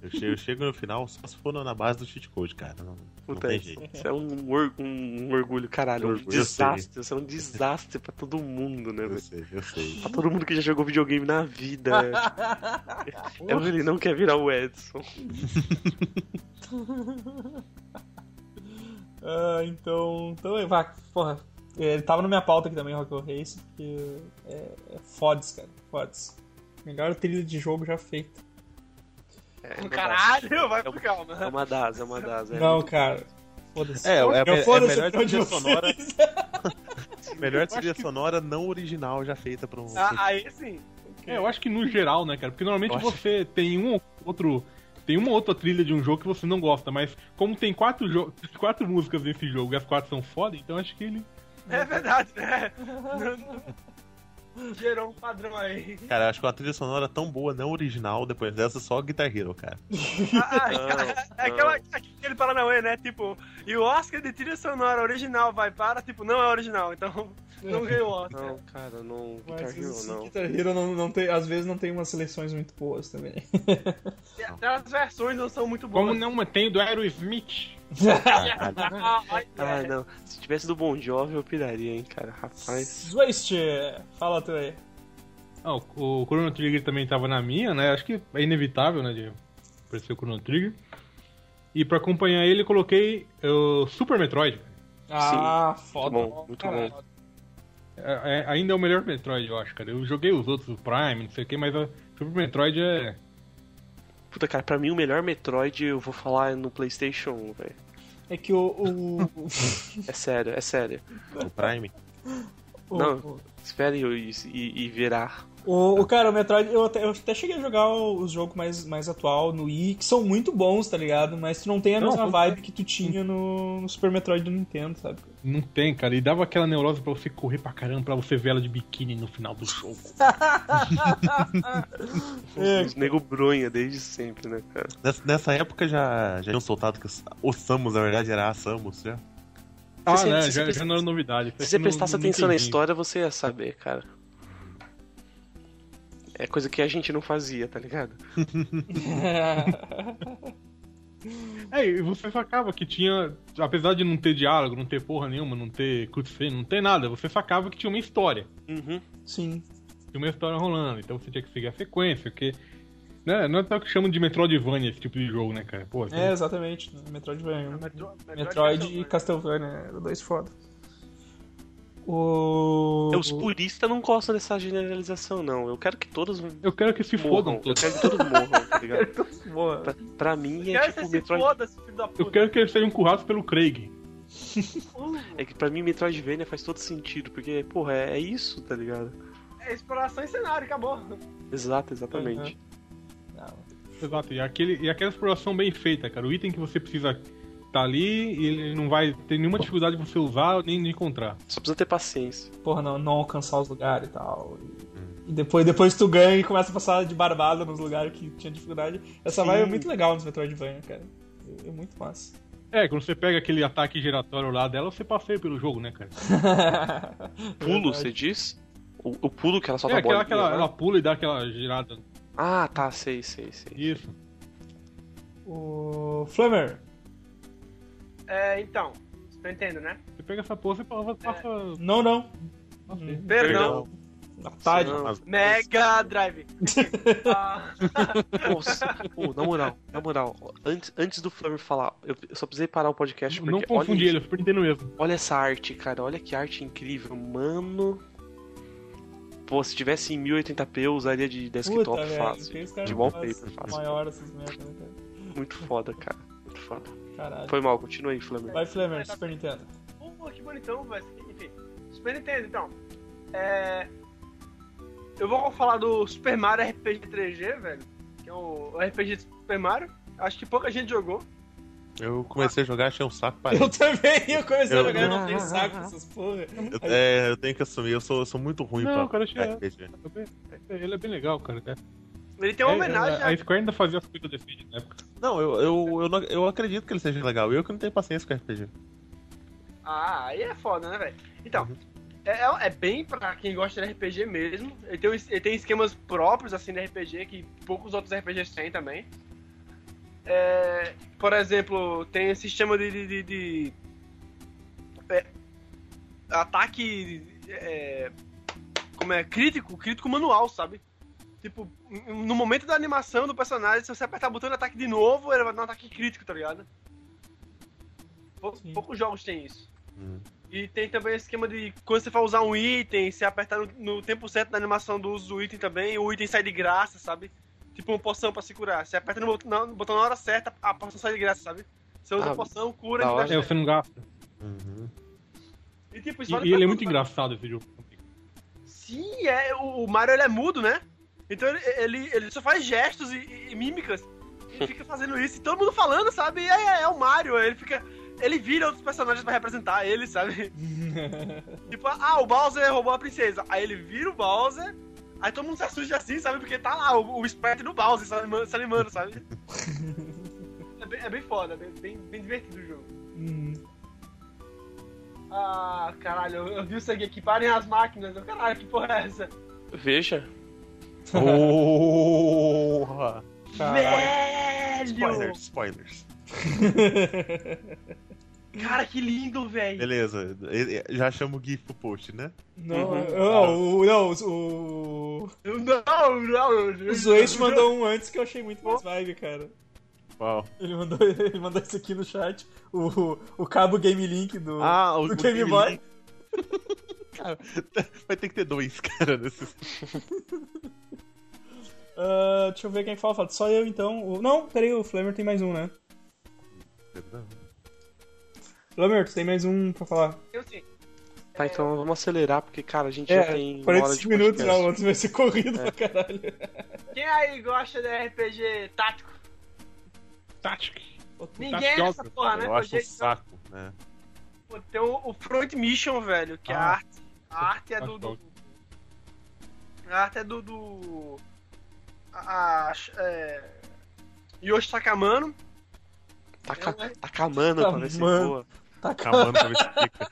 Speaker 5: Eu chego, eu chego no final só se for na base do cheat code, cara. Não, não
Speaker 4: Puta,
Speaker 5: tem
Speaker 4: isso
Speaker 5: jeito.
Speaker 4: isso é um, or- um- um orgulho, caralho. Um
Speaker 5: Orgulho, eu sei.
Speaker 4: desastre. Isso é um desastre pra todo mundo, né?
Speaker 5: Eu
Speaker 4: velho?
Speaker 5: sei, eu sei.
Speaker 4: Pra todo mundo que já jogou videogame na vida. É, ele não quer virar o Edson.
Speaker 3: Ah, então. Então, é, vá, porra. é, Ele tava na minha pauta aqui também, Rock and Roll Race, porque é, é fodes, cara. Fodes. Melhor trilha de jogo já feita.
Speaker 4: É, uma
Speaker 7: Caralho, vai
Speaker 4: É
Speaker 7: por
Speaker 4: uma-
Speaker 7: calma.
Speaker 4: das. É uma das, é uma das. É
Speaker 3: não, cara. Foda-se.
Speaker 5: É, é, é,
Speaker 3: Eu foda-se
Speaker 5: melhor
Speaker 3: pra onde
Speaker 5: trilha
Speaker 3: eu
Speaker 5: sonora.
Speaker 3: sei.
Speaker 5: Melhor trilha sonora não original já feita pra um.
Speaker 7: Ah, aí sim.
Speaker 6: É, eu acho que no geral, né, cara? Porque normalmente
Speaker 4: Eu acho-
Speaker 6: você tem um ou outro. Tem uma ou outra trilha de um jogo que você não gosta, mas como tem quatro, jo- quatro músicas nesse jogo e as quatro são foda, então acho que ele.
Speaker 7: É verdade, né? Gerou um padrão aí.
Speaker 5: Cara, eu acho que é uma trilha sonora tão boa, não original, depois dessa, só Guitar Hero, cara.
Speaker 7: Ah, ah,
Speaker 4: Não,
Speaker 7: é aquela, aquele Paranauê, né? Tipo, e o Oscar de trilha sonora original vai para, tipo, não é original, então não ganhou o Oscar.
Speaker 4: Não, cara, não. Guitar
Speaker 3: Mas
Speaker 4: Hero,
Speaker 3: esse
Speaker 4: não.
Speaker 3: Guitar Hero não, não tem, às vezes não tem umas seleções muito boas também.
Speaker 7: E até as versões não são muito
Speaker 6: Como
Speaker 7: boas.
Speaker 6: não tem do Aerosmith.
Speaker 7: Ah, vai,
Speaker 4: Ah,
Speaker 7: é.
Speaker 4: não. Se tivesse do Bon Jovi, eu piraria, hein, cara. Rapaz.
Speaker 3: Zwist! Fala tu aí.
Speaker 6: Ah, o, o Chrono Trigger também tava na minha, né? Acho que é inevitável, né? De aparecer o Chrono Trigger. E pra acompanhar ele, eu coloquei o Super Metroid.
Speaker 3: Ah, foda.
Speaker 4: bom, muito
Speaker 3: Caralho.
Speaker 6: É- é- ainda é o melhor Metroid, eu acho, cara. Eu joguei os outros, o Prime, não sei o que, mas o Super Metroid é.
Speaker 4: Puta, cara, pra mim o melhor Metroid eu vou falar é no PlayStation 1, velho.
Speaker 3: É que o. o, o,
Speaker 4: É sério, é sério.
Speaker 5: O Prime.
Speaker 3: o-
Speaker 4: Não. Espere eu- e, e, e verá.
Speaker 3: O, o cara, o Metroid, eu até, eu até cheguei a jogar o- os jogos mais, mais atual no Wii, que são muito bons, tá ligado? Mas tu não tem a
Speaker 6: Não,
Speaker 3: mesma
Speaker 6: com
Speaker 3: vibe que tu tinha no, no Super Metroid do Nintendo, sabe?
Speaker 6: Não tem, cara. E dava aquela neurose pra você correr pra caramba, pra você ver ela de biquíni no final do jogo.
Speaker 3: É.
Speaker 4: Os nego bronha desde sempre, né, cara?
Speaker 5: Nessa, nessa época já, já tinham soltado que os- o Samus, na verdade, era a Samus, já.
Speaker 6: Ah,
Speaker 4: Se você-
Speaker 6: né?
Speaker 4: se
Speaker 6: Já,
Speaker 4: você-
Speaker 6: já não era novidade.
Speaker 4: Se você prestasse atenção na
Speaker 6: na
Speaker 4: história, você ia saber, cara. É coisa que a gente não fazia, tá ligado?
Speaker 6: É, e você sacava que tinha, apesar de não ter diálogo, não ter porra nenhuma, não ter cutscene, não ter nada, você sacava que tinha uma história.
Speaker 4: Uhum.
Speaker 3: Sim.
Speaker 6: Tinha uma história rolando, então você tinha que seguir a sequência, porque. Né, não é tal que chamam de Metroidvania esse tipo de jogo, né, cara? Pô,
Speaker 3: É, exatamente. Metroidvania.
Speaker 7: Metro-
Speaker 3: Metroid e
Speaker 7: Metroid-
Speaker 3: Castlevania, eram dois foda. O...
Speaker 4: É, Os puristas não gostam dessa generalização, não. Eu quero que todos
Speaker 6: Eu quero que se
Speaker 4: morram.
Speaker 6: fodam
Speaker 4: Eu
Speaker 6: todos.
Speaker 4: quero que todos morram, tá ligado?
Speaker 3: Boa.
Speaker 4: Pra, pra mim é
Speaker 7: Quer
Speaker 4: tipo
Speaker 7: que se
Speaker 4: Metroid.
Speaker 7: foda, esse filho da puta.
Speaker 6: Eu quero que eles sejam currados pelo Craig.
Speaker 7: Hum.
Speaker 4: É que pra mim Metroidvania faz todo sentido, porque, porra, é, é isso, tá ligado?
Speaker 7: É exploração e cenário, acabou.
Speaker 4: Exato, exatamente.
Speaker 6: Exato, e, aquele, e aquela exploração bem feita, cara. O item que você precisa tá ali e ele não vai ter nenhuma dificuldade de você usar nem de encontrar.
Speaker 4: Só precisa ter paciência.
Speaker 3: Porra, não, não alcançar os lugares e tal.
Speaker 4: Hum.
Speaker 3: E depois, depois tu ganha e começa a passar de barbada nos lugares que tinha dificuldade. Essa
Speaker 4: Sim.
Speaker 3: vibe é muito legal nos Metroidvania, cara. É- É muito massa.
Speaker 6: É, quando você pega aquele ataque giratório lá dela, você passeia pelo jogo, né, cara?
Speaker 4: Pulo,
Speaker 3: Verdade.
Speaker 4: você diz? O, o pulo que ela solta
Speaker 6: é,
Speaker 4: a bola.
Speaker 6: aquela, aquela, ela pula e dá aquela girada.
Speaker 4: Ah, tá, sei, sei, sei.
Speaker 6: Isso.
Speaker 3: O Flamer,
Speaker 7: É, então, você tá entendendo, né?
Speaker 6: Você pega essa porra e passa. passa
Speaker 3: não, não.
Speaker 6: passeia.
Speaker 7: Perdão.
Speaker 3: Otário.
Speaker 4: Não.
Speaker 5: Mas-
Speaker 7: Mega Drive. Ah,
Speaker 4: Pô, se- pô, na moral, na moral, antes, antes do Flamer falar, eu eu só precisei parar o podcast É, porque
Speaker 6: Não confunde
Speaker 4: olha,
Speaker 6: ele, eu super entendo mesmo.
Speaker 4: olha essa arte, cara, olha que arte incrível, mano. Pô, se tivesse em 1080p eu usaria de desktop
Speaker 3: Puta, velho,
Speaker 4: fácil.
Speaker 3: que esse cara
Speaker 4: de
Speaker 3: faz
Speaker 4: wallpaper fácil.
Speaker 3: Maior essas merdas, né,
Speaker 4: Muito foda, cara. Muito foda.
Speaker 3: cara? Caralho.
Speaker 4: Foi mal, continua aí, Flamer.
Speaker 3: Vai, Flamer, Super Nintendo.
Speaker 7: Pô, que bonitão, mas enfim. Super Nintendo, então. É. Eu vou falar do Super Mario RPG 3G, velho. Que é o o RPG de Super Mario. Acho que pouca gente jogou.
Speaker 5: Eu comecei a jogar, achei um saco parei.
Speaker 3: Eu também, eu comecei a
Speaker 5: Eu-
Speaker 3: jogar, eu não tenho saco essas porra.
Speaker 5: Eu- É, eu tenho que assumir, eu sou, eu sou muito ruim
Speaker 6: Não,
Speaker 5: pra
Speaker 6: cara, achei-
Speaker 5: RPG.
Speaker 6: Ele é bem legal, cara. É,
Speaker 7: Ele tem uma
Speaker 6: é,
Speaker 7: homenagem
Speaker 6: A, a Square ainda fazia as coisas né? decente na época.
Speaker 5: Não, eu, eu, eu, não- eu acredito que ele seja legal. Eu que não tenho paciência com RPG.
Speaker 7: Ah, aí é foda, né, velho? Então,
Speaker 6: Uhum.
Speaker 7: é, é- é bem pra quem gosta de RPG mesmo. Ele tem, os- ele tem esquemas próprios, assim, de RPG, que poucos outros RPGs têm também. É, por exemplo, tem esse sistema de... de- de- de- é, ataque... é, como é? Crítico, crítico manual, sabe? Tipo, no momento da animação do personagem, se você apertar o botão de ataque de novo, ele vai dar um ataque crítico, tá ligado? Pou-
Speaker 3: Sim.
Speaker 7: poucos jogos têm isso.
Speaker 5: Hum.
Speaker 7: E tem também o esquema de quando você for usar um item, você apertar no, no tempo certo da animação do uso do item também, o item sai de graça, sabe? Tipo uma poção pra se curar. Você aperta no botão na, no botão na hora certa, a poção sai de graça, sabe? Você usa
Speaker 4: Ah,
Speaker 7: a poção, cura
Speaker 4: da
Speaker 7: e
Speaker 4: hora.
Speaker 6: É,
Speaker 7: gasta.
Speaker 6: você não gasta.
Speaker 5: Uhum.
Speaker 7: E, tipo, isso
Speaker 6: E,
Speaker 7: vale pra
Speaker 6: e ele é
Speaker 7: tudo,
Speaker 6: muito
Speaker 7: sabe?
Speaker 6: engraçado esse jogo.
Speaker 7: Sim, é, o, o Mario ele é mudo, né? Então ele, ele, ele só faz gestos e, e- e mímicas. Ele fica fazendo isso e todo mundo falando, sabe? E é, é o Mario, aí ele fica. Ele vira outros personagens pra representar ele, sabe? tipo, ah, o Bowser roubou a princesa. Aí ele vira o Bowser, aí todo mundo se assusta assim, sabe? Porque tá lá o, o sprite do Bowser se anima- se animando, sabe? é, bem, é bem foda, bem, bem, bem divertido o jogo.
Speaker 3: Hum.
Speaker 7: Ah, caralho, eu, eu vi o sangue aqui, parem as máquinas. Eu, Caralho, que porra é essa?
Speaker 4: Veja.
Speaker 5: Porra!
Speaker 3: Caralho.
Speaker 7: Velho!
Speaker 5: Spoilers, spoilers.
Speaker 7: Cara, que lindo, velho!
Speaker 5: Beleza, e- e- já chamo o GIF pro post, né?
Speaker 4: Uhum.
Speaker 3: Não, não, o, não, o, o-
Speaker 7: Não, não, não.
Speaker 3: o Zoete mandou um antes que eu achei muito mais vibe, cara.
Speaker 5: Qual?
Speaker 3: Ele mandou, ele mandou isso aqui no chat, o, o cabo Game Link do,
Speaker 5: Ah, o,
Speaker 3: do Game Boy.
Speaker 5: Cara, vai ter que ter dois, cara, nesses.
Speaker 3: Ah, deixa eu ver quem fala, fala. Só eu então. O- Não, peraí, o Flamer tem mais um, né? Flamer, tu tem mais um pra falar.
Speaker 7: Eu sim.
Speaker 4: Tá, então vamos acelerar, porque, cara, a
Speaker 3: É,
Speaker 4: gente já tem. uma hora
Speaker 3: 45
Speaker 4: de
Speaker 3: minutos já,
Speaker 4: podcast. É.
Speaker 3: o outro vai ser corrido pra caralho.
Speaker 7: Quem aí gosta de RPG tático?
Speaker 6: Tática.
Speaker 7: Ninguém
Speaker 6: tático,
Speaker 7: nessa porra, né?
Speaker 5: tá Eu acho um
Speaker 7: Porque
Speaker 5: saco, né?
Speaker 7: pô, Tem o, o Front Mission, velho, que a
Speaker 6: Ah.
Speaker 7: arte. A arte
Speaker 5: Ah,
Speaker 7: é do.
Speaker 5: tá.
Speaker 7: do-
Speaker 6: Tático.
Speaker 7: a arte é do. do a, a, é, Yoshi Takamano. É, né?
Speaker 4: Taca, taca a mana pra ver se
Speaker 3: Mano.
Speaker 4: boa.
Speaker 5: Calma, pra ver se fica.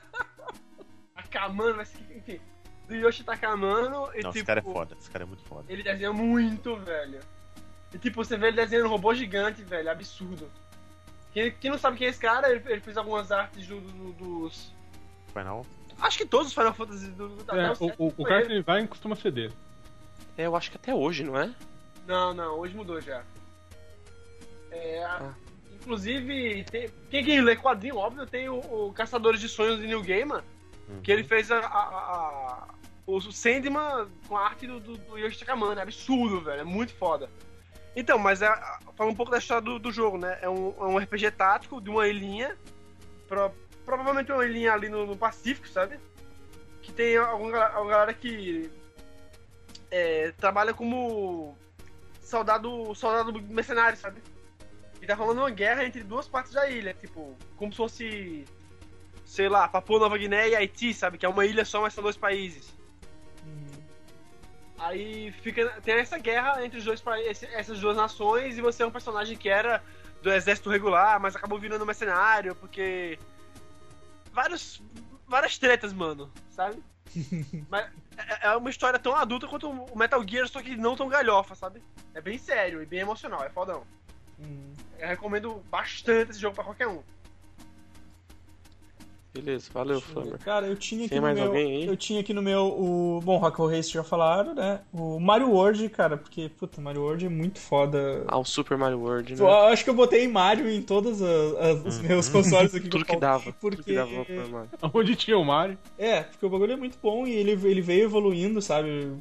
Speaker 7: Takamano, mas que- enfim. Do Yoshi Takamano e
Speaker 5: Não,
Speaker 7: tipo.
Speaker 5: esse cara é foda, esse cara é muito foda.
Speaker 7: Ele desenha muito, velho. E tipo, você vê ele desenhando um robô gigante, velho, absurdo. Quem, quem não sabe quem é esse cara, ele, ele fez algumas artes do- do- dos.
Speaker 5: Final.
Speaker 7: Acho que todos os Final Fantasy do. do
Speaker 6: É,
Speaker 7: até
Speaker 6: o,
Speaker 7: sete
Speaker 6: o, o
Speaker 7: foi
Speaker 6: cara
Speaker 7: um ele.
Speaker 6: que ele vai costuma ceder.
Speaker 4: É, eu acho que até hoje, não é?
Speaker 7: Não, não, hoje mudou já. É, a- Inclusive, tem- quem, quem lê quadrinho, óbvio, tem o, o Caçadores de Sonhos de New Gamer, Que ele fez a, a- a- o Sandman com a arte do, do, do Yoshi Takamano. É absurdo, velho. É muito foda. Então, mas é, fala um pouco da história do, do jogo, né? É um, é um RPG tático de uma ilhinha. pro- provavelmente uma ilhinha ali no, no Pacífico, sabe? Que tem alguma gal- alguma galera que é, trabalha como soldado, soldado mercenário, sabe? E tá rolando uma guerra entre duas partes da ilha, tipo, como se fosse sei lá, Papua Nova Guiné e Haiti, sabe? Que é uma ilha só, mas são dois países. Aí fica, tem essa guerra entre os dois, pa- esse- essas duas nações e você é um personagem que era do exército regular, mas acabou virando mercenário, porque. Vários, várias tretas, mano, sabe? mas é- é uma história tão adulta quanto o Metal Gear, só que não tão galhofa, sabe? É bem sério e bem emocional, é fodão.
Speaker 3: Hum.
Speaker 7: Eu recomendo bastante esse jogo pra qualquer um.
Speaker 4: Beleza, valeu,
Speaker 3: Deixa eu ver.
Speaker 4: Flamer.
Speaker 3: Cara, eu tinha aqui
Speaker 4: Tem
Speaker 3: no
Speaker 4: mais
Speaker 3: meu.
Speaker 4: alguém aí?
Speaker 3: Eu tinha aqui no meu o. Bom, Rock Horror Race já falaram, né? O Mario World, cara, porque, puta, Mario World é muito foda.
Speaker 4: Ah, o Super Mario World, né? Uhum.
Speaker 3: Eu acho que eu botei Mario em todos as- as- os meus consoles aqui
Speaker 4: Tudo
Speaker 3: eu
Speaker 4: que
Speaker 3: falo,
Speaker 4: dava. Tudo que
Speaker 3: Porque
Speaker 4: dava pra Super Mario.
Speaker 6: Onde tinha o Mario.
Speaker 3: É, porque o bagulho é muito bom e ele, ele veio evoluindo, sabe?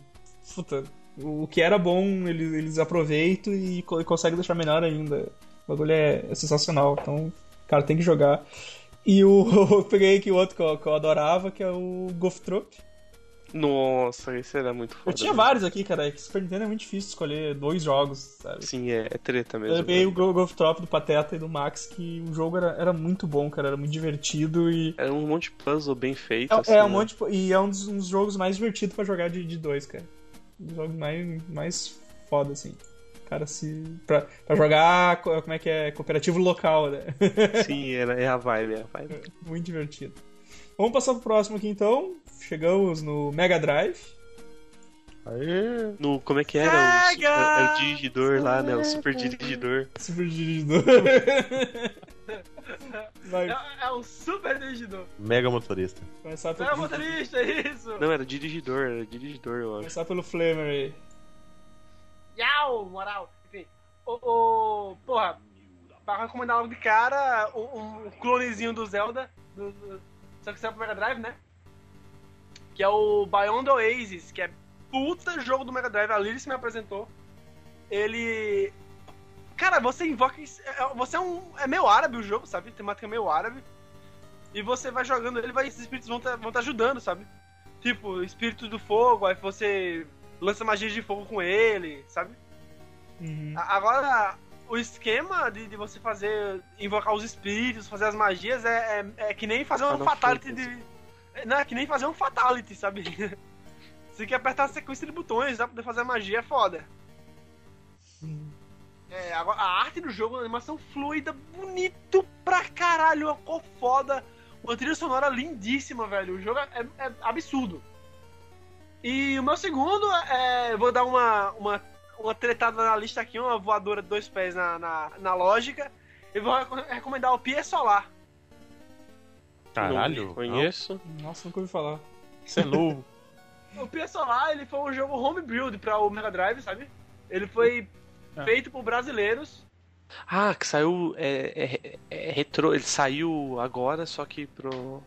Speaker 3: Puta, o que era bom eles, eles aproveitam e, co- e conseguem deixar melhor ainda. O bagulho é, é sensacional, então, cara, tem que jogar. E o, eu peguei aqui outro que eu, que eu adorava, que é o Golf Trope.
Speaker 4: Nossa, esse era muito foda.
Speaker 3: Eu tinha
Speaker 4: né?
Speaker 3: vários aqui, cara, é que Super Nintendo é muito difícil escolher dois jogos, sabe?
Speaker 4: Sim, é, é treta mesmo.
Speaker 3: Eu peguei o Go- Golf Trope do Pateta e do Max, que o jogo era, era muito bom, cara, era muito divertido e.
Speaker 4: Era um monte de puzzle bem feito.
Speaker 3: É,
Speaker 4: assim,
Speaker 3: é um
Speaker 4: né?
Speaker 3: monte de- e é um dos, um dos jogos mais divertidos pra jogar de, de dois, cara. Um dos jogos mais, mais foda, assim. Cara, se. Pra, pra jogar, co- como é que é? Cooperativo local, né?
Speaker 4: Sim, era, é a vibe, é a vibe.
Speaker 3: Muito divertido. Vamos passar pro próximo aqui então. Chegamos no Mega Drive.
Speaker 4: No, como é que era? O, super, é, o dirigidor lá, né? O super dirigidor.
Speaker 3: Super dirigidor. Vai
Speaker 7: É, é um super dirigidor.
Speaker 5: Mega motorista.
Speaker 3: começar
Speaker 7: É
Speaker 3: pelo,
Speaker 7: motorista, é isso!
Speaker 4: Não, era dirigidor, era dirigidor, eu acho.
Speaker 3: começar pelo Flamer aí.
Speaker 7: Yau, moral. Enfim, o, o- porra, pra recomendar logo de cara um, um clonezinho do Zelda, do, do- só que saiu pro Mega Drive, né? Que é o Beyond Oasis, que é puta jogo do Mega Drive, a Liris me apresentou. Ele... Cara, você invoca... esse- é- é- Você é um... É meio árabe o jogo, sabe? Temática meio árabe. E você vai jogando ele, vai, esses espíritos vão estar vão tá ajudando, sabe? Tipo, espírito do fogo, aí você lança magia de fogo com ele, sabe?
Speaker 3: Uhum.
Speaker 7: A- Agora, o esquema de, de você fazer, invocar os espíritos, fazer as magias, é, é, é que nem fazer um
Speaker 4: Final
Speaker 7: fatality
Speaker 4: Fantasy.
Speaker 7: de... é, Não, é que nem fazer um fatality, sabe? você tem que apertar a sequência de botões, dá pra poder fazer a magia, é foda. É, agora, a arte do jogo, a animação fluida, bonito pra caralho, uma cor foda, uma trilha sonora lindíssima, velho. O jogo é, é absurdo. E o meu segundo, é, vou dar uma, uma, uma tretada na lista aqui, uma voadora de dois pés na, na, na lógica. Eu vou reco- recomendar o Pia Solar.
Speaker 5: Caralho.
Speaker 4: Não conheço.
Speaker 3: Nossa, nunca ouvi falar.
Speaker 5: Isso é novo.
Speaker 7: O Pia Solar, ele foi um jogo home build pra o Mega Drive, sabe? Ele foi
Speaker 6: Ah.
Speaker 7: feito por brasileiros.
Speaker 4: Ah, que saiu. É, é- é retrô. Ele saiu agora, só que pro.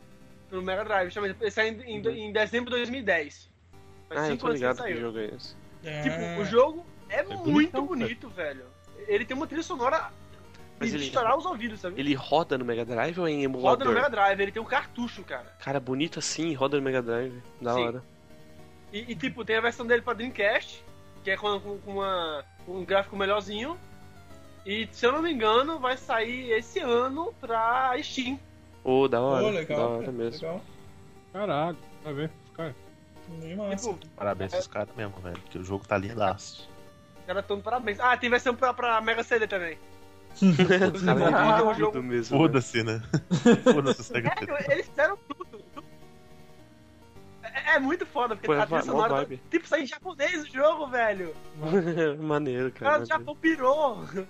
Speaker 7: pro Mega Drive, justamente. Ele saiu em, em- em dezembro de 2010. Faz
Speaker 4: Ah, eu
Speaker 7: cinco
Speaker 4: tô
Speaker 7: anos que ele
Speaker 4: ligado que
Speaker 7: saiu.
Speaker 4: jogo é esse.
Speaker 7: Tipo, o jogo é, muito
Speaker 6: bonitão,
Speaker 7: bonito, velho. Ele tem uma trilha sonora
Speaker 4: Mas
Speaker 7: de
Speaker 4: ele-
Speaker 7: estourar os ouvidos, sabe?
Speaker 4: Ele roda no Mega Drive ou é em emulador?
Speaker 7: roda no Mega Drive, ele tem um cartucho, cara.
Speaker 4: Cara, bonito assim, roda no Mega Drive. Da
Speaker 7: Sim.
Speaker 4: hora.
Speaker 7: E, e, tipo, tem a versão dele pra Dreamcast, que é com, com- com uma- um gráfico melhorzinho. E se eu não me engano, vai sair esse ano pra Steam.
Speaker 4: Ô, da hora.
Speaker 3: Pô,
Speaker 4: da
Speaker 3: legal.
Speaker 4: hora
Speaker 3: cara,
Speaker 4: mesmo.
Speaker 3: Legal.
Speaker 6: Caralho, tá vendo? Cara,
Speaker 3: Bem massa.
Speaker 7: Tipo,
Speaker 5: Parabéns pros caras mesmo, velho. Porque o jogo tá lindaço.
Speaker 7: cara, todo parabéns. Ah, tem versão pra, pra Mega CD também.
Speaker 4: Os caras
Speaker 7: Ah,
Speaker 4: evoluíram
Speaker 7: o jogo-
Speaker 4: tudo mesmo. né?
Speaker 5: Foda-se, né? Foda-se o Sega CD.
Speaker 7: É, eles fizeram tudo. É, é muito foda, porque
Speaker 4: Pô, é
Speaker 7: a trilha
Speaker 4: va- mó
Speaker 7: sonora. tá-
Speaker 4: vibe.
Speaker 7: Tipo, sai em japonês o jogo, velho.
Speaker 4: Maneiro,
Speaker 7: O cara
Speaker 4: cara.
Speaker 7: do Japão pirou. Ah,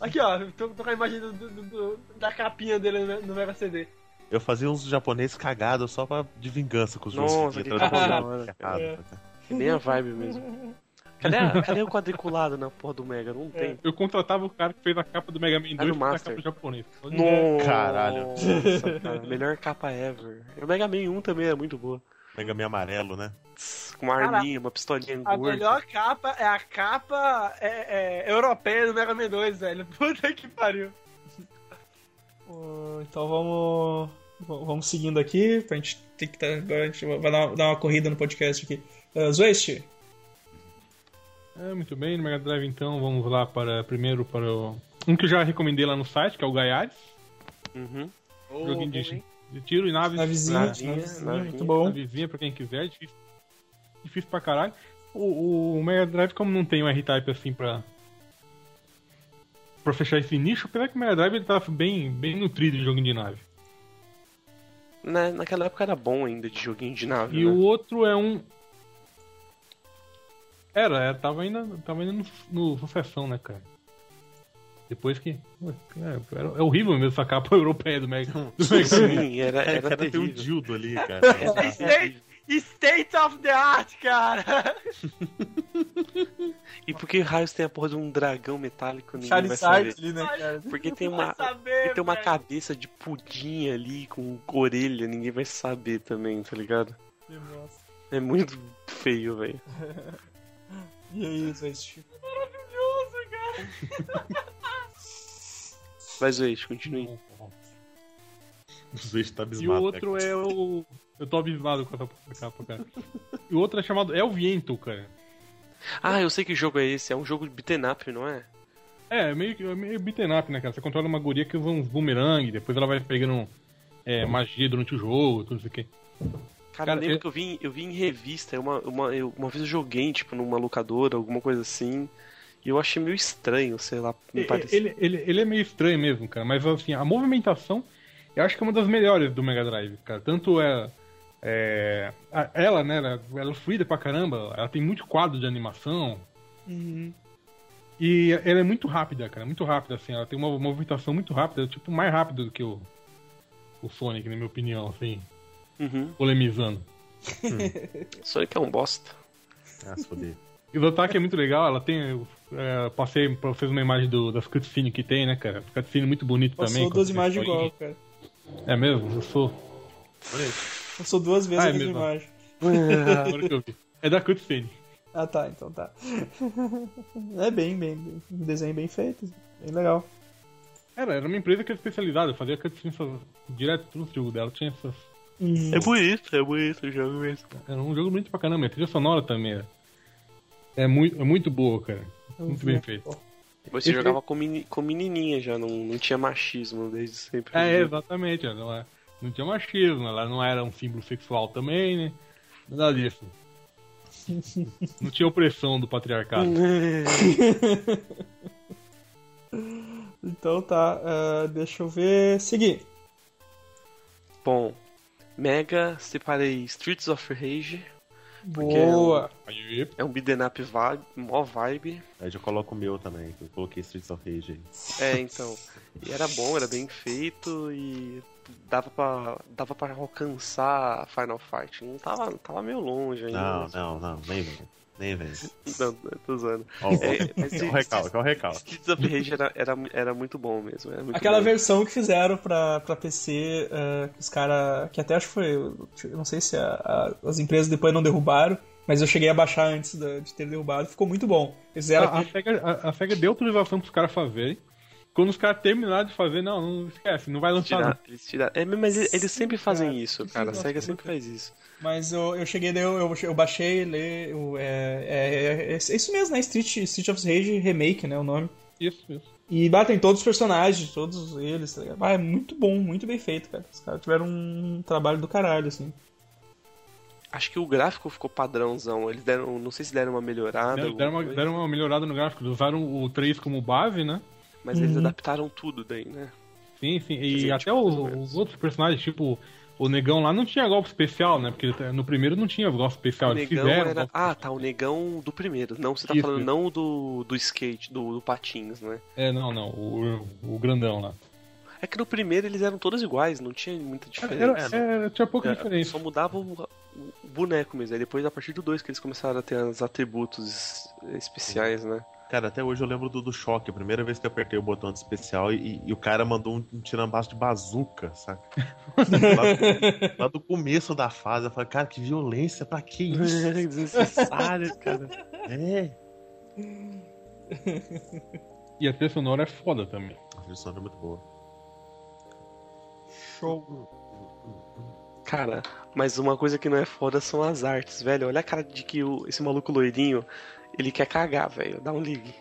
Speaker 7: Aqui, ó, tô, tô com a imagem do- do- do- da capinha dele no, no Mega CD.
Speaker 5: Eu fazia uns japoneses cagados só pra, de vingança com os então jogos.
Speaker 4: Nossa,
Speaker 5: que
Speaker 4: que
Speaker 5: eu traduzi
Speaker 4: da
Speaker 5: errado,
Speaker 4: hora.
Speaker 5: cara.
Speaker 4: É bem a vibe mesmo. Cadê, a- cadê o quadriculado na porra do Mega? Não
Speaker 7: É.
Speaker 4: tem.
Speaker 6: Eu contratava o cara que fez a capa do Mega Man 2
Speaker 4: Tá no
Speaker 6: pra fazer a
Speaker 4: Master.
Speaker 6: capa japonesa.
Speaker 4: É.
Speaker 6: é.
Speaker 4: Nossa,
Speaker 5: Caralho.
Speaker 4: cara, melhor capa ever. O Mega Man 1 também é muito boa.
Speaker 5: Mega Man amarelo, né?
Speaker 4: Tss, Com uma
Speaker 7: Cara,
Speaker 4: arminha, uma pistolinha
Speaker 7: A
Speaker 4: gorda.
Speaker 7: melhor capa é a capa é, é, europeia do Mega Man 2, velho. Puta que pariu.
Speaker 3: Ô, Então vamos, v- vamos seguindo aqui, pra gente ter que tá, agora a gente vai dar uma, dar uma corrida no podcast aqui. Uh, Zwest,
Speaker 6: É, muito bem, no Mega Drive então, vamos lá para primeiro para o. Um que eu já recomendei lá no site, que é o Gaiares.
Speaker 4: Uhum.
Speaker 7: Ô,
Speaker 6: joguinho
Speaker 7: bom,
Speaker 6: de,
Speaker 7: hein?
Speaker 6: de tiro e naves.
Speaker 3: navezinha,
Speaker 4: Navinha,
Speaker 3: navezinha,
Speaker 4: navinha.
Speaker 3: muito bom.
Speaker 6: Navezinha pra quem quiser, é difícil. Difícil pra caralho. O, o Mega Drive, como não tem um R-Type assim pra. pra fechar esse nicho, apesar que o Mega Drive ele tá bem, bem nutrido de joguinho de nave.
Speaker 4: Na, naquela época era bom ainda de joguinho de nave.
Speaker 6: E
Speaker 4: né?
Speaker 6: o outro é um. Era, era tava ainda, tava ainda no, no sucessão, né, cara? Depois que. É, era- é horrível mesmo essa capa europeia do Mega. Do Mega Drive.
Speaker 4: Sim, era,
Speaker 5: É,
Speaker 4: era
Speaker 5: cara, tem um
Speaker 4: terrível.
Speaker 5: dildo ali, cara.
Speaker 4: Era terrível.
Speaker 7: State of the Art, cara.
Speaker 4: E por que raios tem a porra de um dragão metálico? Ninguém vai
Speaker 3: Charizard
Speaker 4: saber.
Speaker 3: ali, né, cara?
Speaker 4: Porque tem
Speaker 7: Vai
Speaker 4: uma,
Speaker 7: saber,
Speaker 4: tem uma
Speaker 7: velho.
Speaker 4: cabeça de pudim ali com orelha, ninguém vai saber também, tá ligado?
Speaker 3: Que bosta.
Speaker 4: É muito feio, velho.
Speaker 3: E aí,
Speaker 4: É.
Speaker 3: Zwest?
Speaker 4: Mas, gente, continue.
Speaker 6: Uhum.
Speaker 5: Os dois tá
Speaker 6: E o outro é o. Eu tô abismado com essa capa, cara. E o outro é chamado El Viento, cara.
Speaker 4: Ah, eu sei que jogo é esse. É um jogo de beaten up, não é?
Speaker 6: É, é meio, que- é meio beaten up, né, cara? Você controla uma guria que usa uns boomerang, depois ela vai pegando é, magia durante o jogo, tudo isso aqui.
Speaker 4: Cara,
Speaker 6: Cara,
Speaker 4: eu lembro
Speaker 6: eu-
Speaker 4: que eu vi, em- eu vi em revista. Uma, uma, eu- uma vez eu joguei, tipo, numa locadora, alguma coisa assim. E eu achei meio estranho, sei lá. Me parecia.
Speaker 6: Ele, ele, ele é meio estranho mesmo, cara, mas assim, a movimentação eu acho que é uma das melhores do Mega Drive, cara. Tanto é. é a- ela, né? Ela, ela é fluida pra caramba, ela tem muito quadro de animação.
Speaker 3: Uhum.
Speaker 6: E ela é muito rápida, cara, muito rápida, assim. Ela tem uma movimentação muito rápida, tipo, mais rápida do que o, o Sonic, na minha opinião, assim,
Speaker 4: Uhum.
Speaker 6: polemizando.
Speaker 4: Sonic é um bosta.
Speaker 5: Ah, se foder.
Speaker 6: E o ataque é muito legal, ela tem. eu, é, passei pra vocês uma imagem do, das cutscenes que tem, né, cara? Cutscene muito bonito
Speaker 3: Passou
Speaker 6: também.
Speaker 3: duas
Speaker 6: com-
Speaker 3: imagens igual, cara.
Speaker 6: É mesmo? Eu sou.
Speaker 5: Olha aí.
Speaker 3: Passou duas vezes
Speaker 6: Ah, é
Speaker 3: a mesma
Speaker 6: mesmo.
Speaker 3: imagem.
Speaker 6: Agora que eu vi. É da cutscene.
Speaker 3: Ah, tá, então tá. é bem, bem, bem- um desenho bem feito, bem legal.
Speaker 6: Era, era uma empresa que era especializada, eu fazia cutscene só- direto pro jogo dela. Tinha essas.
Speaker 4: É bonito, é bonito o jogo mesmo.
Speaker 6: Era um jogo bonito pra caramba, a trilha sonora também. era. É muito, é muito boa, cara. Muito bem feito.
Speaker 4: Você
Speaker 6: Esse-
Speaker 4: jogava com, meni- com menininha já, não, não tinha machismo desde sempre.
Speaker 6: É, exatamente. Ela não, é- não tinha machismo, ela não era um símbolo sexual também, né? Nada disso. não tinha opressão do patriarcado.
Speaker 3: Então tá, ah, deixa eu ver. Seguir.
Speaker 4: Bom, Mega, separei Streets of Rage.
Speaker 3: Boa!
Speaker 6: Aí,
Speaker 4: É um beat'em up vibe, mó vibe.
Speaker 5: Aí já coloco o meu também, que eu coloquei Streets of Rage aí.
Speaker 4: É, então. E era bom, era bem feito e dava pra, dava pra alcançar a Final Fight. Não tava, tava meio longe ainda.
Speaker 5: Não,
Speaker 4: mas-
Speaker 5: não, não, nem vem. Nem vem.
Speaker 4: Não, tô usando.
Speaker 5: Ó, ó,
Speaker 4: né, É, mas
Speaker 5: é o recalque, é o recalque.
Speaker 4: Streets of Rage era, era, era muito bom mesmo. Era muito
Speaker 3: Aquela
Speaker 4: bom.
Speaker 3: versão que fizeram pra, pra PC, ah, que os caras. que até acho que foi. eu Não sei se a- a- as empresas depois não derrubaram, mas eu cheguei a baixar antes da- de ter derrubado, ficou muito bom. Eles fizeram
Speaker 6: A, a, SEGA, a, a SEGA deu autorização pros caras fazerem. Quando os caras terminaram de fazer, não, não esquece, não vai lançar.
Speaker 4: Tirar,
Speaker 6: Não.
Speaker 4: eles tiraram. É, mas eles, eles sempre fazem
Speaker 3: Cara,
Speaker 4: isso, cara. A
Speaker 3: nossa,
Speaker 4: SEGA sempre faz isso.
Speaker 3: Mas eu, eu cheguei, daí eu, eu, eu baixei, lê, eu, é, é, é- é isso mesmo, né? Street, Street of Rage Remake, né? O nome.
Speaker 6: Isso, isso.
Speaker 3: E batem todos os personagens, todos eles, tá ligado? Ah, é muito bom, muito bem feito, cara. Os caras tiveram um trabalho do caralho, assim.
Speaker 4: Acho que o gráfico ficou padrãozão. Eles deram. Não sei se deram uma melhorada.
Speaker 6: Deram,
Speaker 4: alguma
Speaker 6: deram uma,
Speaker 4: coisa,
Speaker 6: deram uma melhorada no gráfico, usaram o 3 como base, né?
Speaker 4: Mas eles
Speaker 3: Uhum.
Speaker 4: adaptaram tudo daí, né?
Speaker 6: Sim, sim.
Speaker 4: Quer
Speaker 6: E
Speaker 4: dizer,
Speaker 6: até
Speaker 4: tipo, mais
Speaker 6: os,
Speaker 4: ou menos.
Speaker 6: os outros personagens, tipo, o Negão lá não tinha golpe especial, né? Porque ele tá- no primeiro não tinha golpe
Speaker 4: O
Speaker 6: especial. Eles
Speaker 4: negão
Speaker 6: fizeram.
Speaker 4: era.
Speaker 6: golpe
Speaker 4: Ah, tá, o negão do primeiro. Não, você tá
Speaker 6: Isso,
Speaker 4: falando
Speaker 6: isso.
Speaker 4: não do, do skate, do, do patins, né?
Speaker 6: É, não, não, o, o grandão lá.
Speaker 4: É que no primeiro eles eram todos iguais, não tinha muita diferença.
Speaker 6: É, Era, era- tinha pouca
Speaker 4: É,
Speaker 6: diferença.
Speaker 4: Só mudava o, o boneco mesmo. Aí depois, a partir do 2, que eles começaram a ter os atributos especiais, né?
Speaker 5: Cara, até hoje eu lembro do, do choque, a primeira vez que eu apertei o botão de especial e, e o cara mandou um, um tirambaço de bazuca, saca? lá, do- lá do começo da fase, eu falei, cara, que violência, pra que isso?
Speaker 4: Desnecessário, cara.
Speaker 5: é.
Speaker 6: E a trilha sonora é foda também.
Speaker 5: A trilha sonora é muito boa.
Speaker 3: Show.
Speaker 4: Cara, mas uma coisa que não é foda são as artes, velho. Olha a cara de que o- esse maluco loirinho, ele quer cagar, velho. Dá um ligue.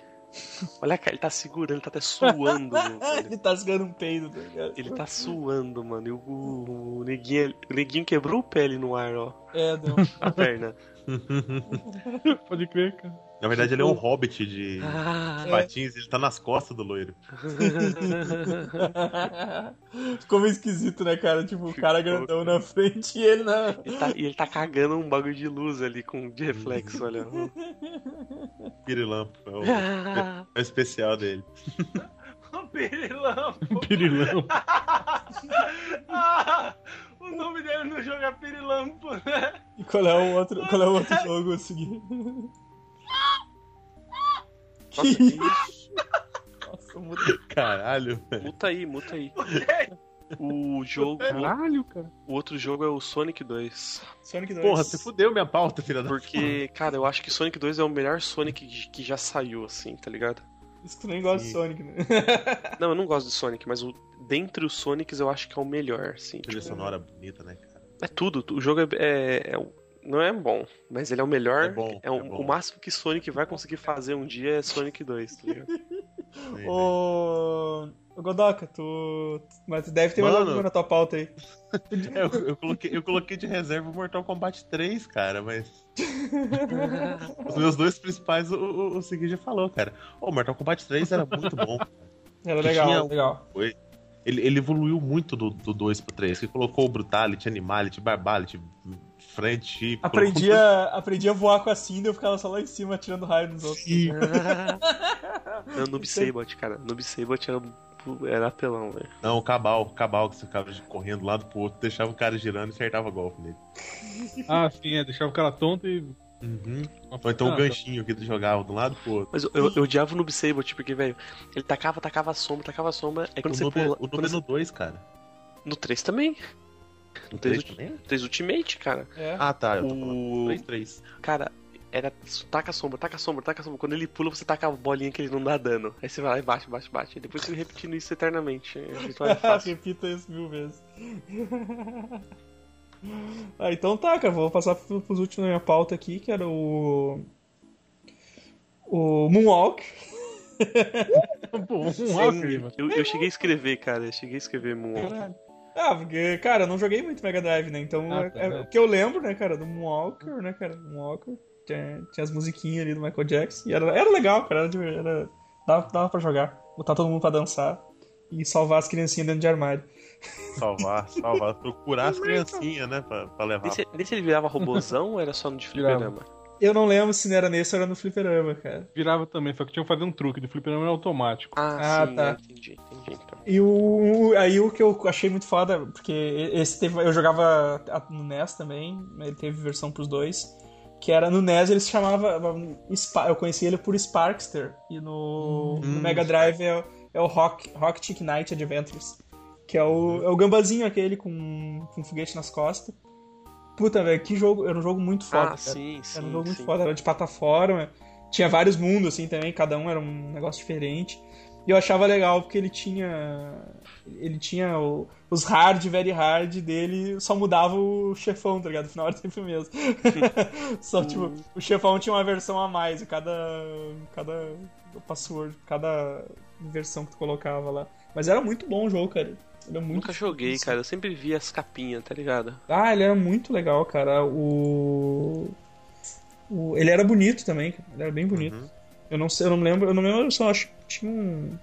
Speaker 4: Olha a cara, ele tá segurando, ele tá até suando, velho.
Speaker 3: Ele tá segurando um peido, tá ligado?
Speaker 4: Ele
Speaker 6: Uhum.
Speaker 4: tá suando, mano. E o, o, o neguinho, o neguinho quebrou o pé ali no ar, ó.
Speaker 3: É, deu.
Speaker 4: A perna.
Speaker 6: Pode crer, cara.
Speaker 5: Na verdade, ele é um hobbit de
Speaker 4: Ah,
Speaker 5: patins, ele tá nas costas do loiro.
Speaker 3: Ficou meio esquisito, né, cara? Tipo, o cara
Speaker 4: Ficou,
Speaker 3: grandão na frente e ele na.
Speaker 4: ele tá- e ele tá cagando um bagulho de luz ali com, de reflexo, olha. Hum.
Speaker 5: Pirilampo, é o, é
Speaker 6: Ah.
Speaker 5: o especial dele.
Speaker 7: Um pirilampo.
Speaker 6: Pirilão.
Speaker 7: Ah, o nome dele no jogo é pirilampo, né?
Speaker 3: E qual é o outro, qual é o outro jogo a seguir?
Speaker 4: Nossa, que isso?
Speaker 3: Nossa, mudei.
Speaker 5: Caralho, velho.
Speaker 4: Muta aí, muta aí. O jogo.
Speaker 6: Caralho, cara.
Speaker 4: O outro jogo é o Sonic 2.
Speaker 3: Sonic 2.
Speaker 5: Porra, você fudeu minha pauta, filha da.
Speaker 4: Porque, cara, eu acho que Sonic 2 é o melhor Sonic que- que já saiu, assim, tá ligado?
Speaker 3: Isso que tu nem gosta de
Speaker 5: Sim.
Speaker 3: Sonic, né?
Speaker 4: Não, eu não gosto de Sonic, mas o, dentre os Sonics eu acho que é o melhor, assim.
Speaker 5: Trilha sonora bonita, né, cara?
Speaker 4: É tudo, o jogo é, é- é o- não é bom, mas ele é o melhor.
Speaker 5: É bom,
Speaker 4: o,
Speaker 5: é bom.
Speaker 4: o máximo que Sonic vai conseguir fazer um dia é Sonic 2, tá ligado?
Speaker 5: Sim, né?
Speaker 3: Ô. Ô Godoka, tu. Mas tu deve ter
Speaker 5: Mano.
Speaker 3: mais alguma na tua pauta aí.
Speaker 5: né? É, eu, eu coloquei, eu coloquei de reserva o Mortal Kombat 3, cara, mas. Os meus dois principais o, o, o Segui já falou, cara. O Mortal Kombat 3 era muito bom.
Speaker 3: Era
Speaker 5: Que
Speaker 3: legal,
Speaker 5: tinha
Speaker 3: era
Speaker 5: um-
Speaker 3: legal.
Speaker 5: Ele, ele evoluiu muito do, do 2 pro 3, que colocou o Brutality, Animality, Barbarity, Frente.
Speaker 3: Aprendi a, aprendi a voar com a Cinder, eu ficava só lá em cima atirando raio nos outros.
Speaker 4: não, Noob Sabot, cara. Noob Sabot era, era apelão, velho.
Speaker 5: Não, o Cabal, o Cabal, que você ficava correndo de um lado pro outro, deixava o cara girando e acertava golpe nele.
Speaker 6: Ah, sim, é. Deixava o cara tonto e.
Speaker 5: Ou então
Speaker 6: Ah,
Speaker 5: o ganchinho que tu jogava de um lado pro outro.
Speaker 4: Mas eu, eu, eu odiava o Noob Sabot, porque, velho, ele tacava, tacava a sombra, tacava a sombra. Aí quando
Speaker 5: o
Speaker 4: você
Speaker 5: Noob,
Speaker 4: pula.
Speaker 5: o Noob
Speaker 4: quando
Speaker 5: é
Speaker 4: você-
Speaker 5: no 2, cara.
Speaker 4: No 3 também.
Speaker 5: No
Speaker 4: três
Speaker 5: 3 também?
Speaker 4: 3 Ultimate, cara.
Speaker 3: É.
Speaker 5: Ah, tá. Eu tô falando.
Speaker 4: O.
Speaker 5: 3, 3.
Speaker 4: Cara, era. Taca a sombra, taca a sombra, taca a sombra. Quando ele pula, você taca a bolinha que ele não dá dano. Aí você vai lá e bate, bate, bate. E depois você repetindo isso eternamente. É vitória fácil.
Speaker 3: Repita isso mil vezes. ah, então tá, cara. Vou passar pro- pros últimos na minha pauta aqui, que era o. O Moonwalk.
Speaker 6: Pô, um hacker,
Speaker 4: eu, eu cheguei a escrever, cara. Eu cheguei a escrever Moonwalk.
Speaker 6: mano.
Speaker 3: Ah, porque, cara, eu não joguei muito Mega Drive, né? Então,
Speaker 6: Ah,
Speaker 3: é-
Speaker 6: tá,
Speaker 3: é
Speaker 6: né?
Speaker 3: o que eu lembro, né, cara, do Moonwalker, né, cara? Moonwalker. Tinha, tinha as musiquinhas ali do Michael Jackson. E era, era legal, cara. Era, de- era- dava, dava pra jogar. Botar todo mundo pra dançar. E salvar as criancinhas dentro de armário.
Speaker 5: Salvar, salvar. Procurar as criancinhas, né? Pra, pra levar.
Speaker 4: Nesse, nesse ele virava robozão ou era só no de
Speaker 6: Virava.
Speaker 4: fliperama?
Speaker 3: Eu não lembro se não era nesse ou era no Fliperama, cara.
Speaker 6: Virava também, só que tinha que fazer um truque. Do fliperama era automático.
Speaker 3: Ah, tá.
Speaker 4: né, Entendi, entendi. Então.
Speaker 3: E o, aí o que eu achei muito foda, porque esse teve, eu jogava a- no NES também, ele teve versão pros dois, que era no NES ele se chamava, um, Spa- eu conheci ele por Sparkster, e no, no Mega Drive é, o- é o Rock, Rock Chick Knight Adventures, que é o, é o gambazinho aquele com, com foguete nas costas. Puta, velho, que jogo, era um jogo muito
Speaker 4: Ah,
Speaker 3: foda, cara.
Speaker 4: sim, sim.
Speaker 3: Era um jogo muito
Speaker 4: sim.
Speaker 3: foda, era de plataforma. Tinha vários mundos, assim, também, cada um era um negócio diferente. E eu achava legal porque ele tinha. Ele tinha o- os hard, very hard dele, só mudava o chefão, tá ligado? No final era sempre o mesmo. só, tipo,
Speaker 4: Uhum.
Speaker 3: o chefão tinha uma versão a mais, e cada. cada password, cada versão que tu colocava lá. Mas era muito bom o jogo, cara. Era muito
Speaker 4: Nunca joguei, cara. Eu sempre vi as capinhas, tá ligado?
Speaker 3: ah, ele era muito legal, cara. O. o- Ele era bonito também, cara. Ele era bem bonito.
Speaker 5: Uhum.
Speaker 3: Eu não sei, eu não me lembro, eu não me lembro, eu só acho que tinha um.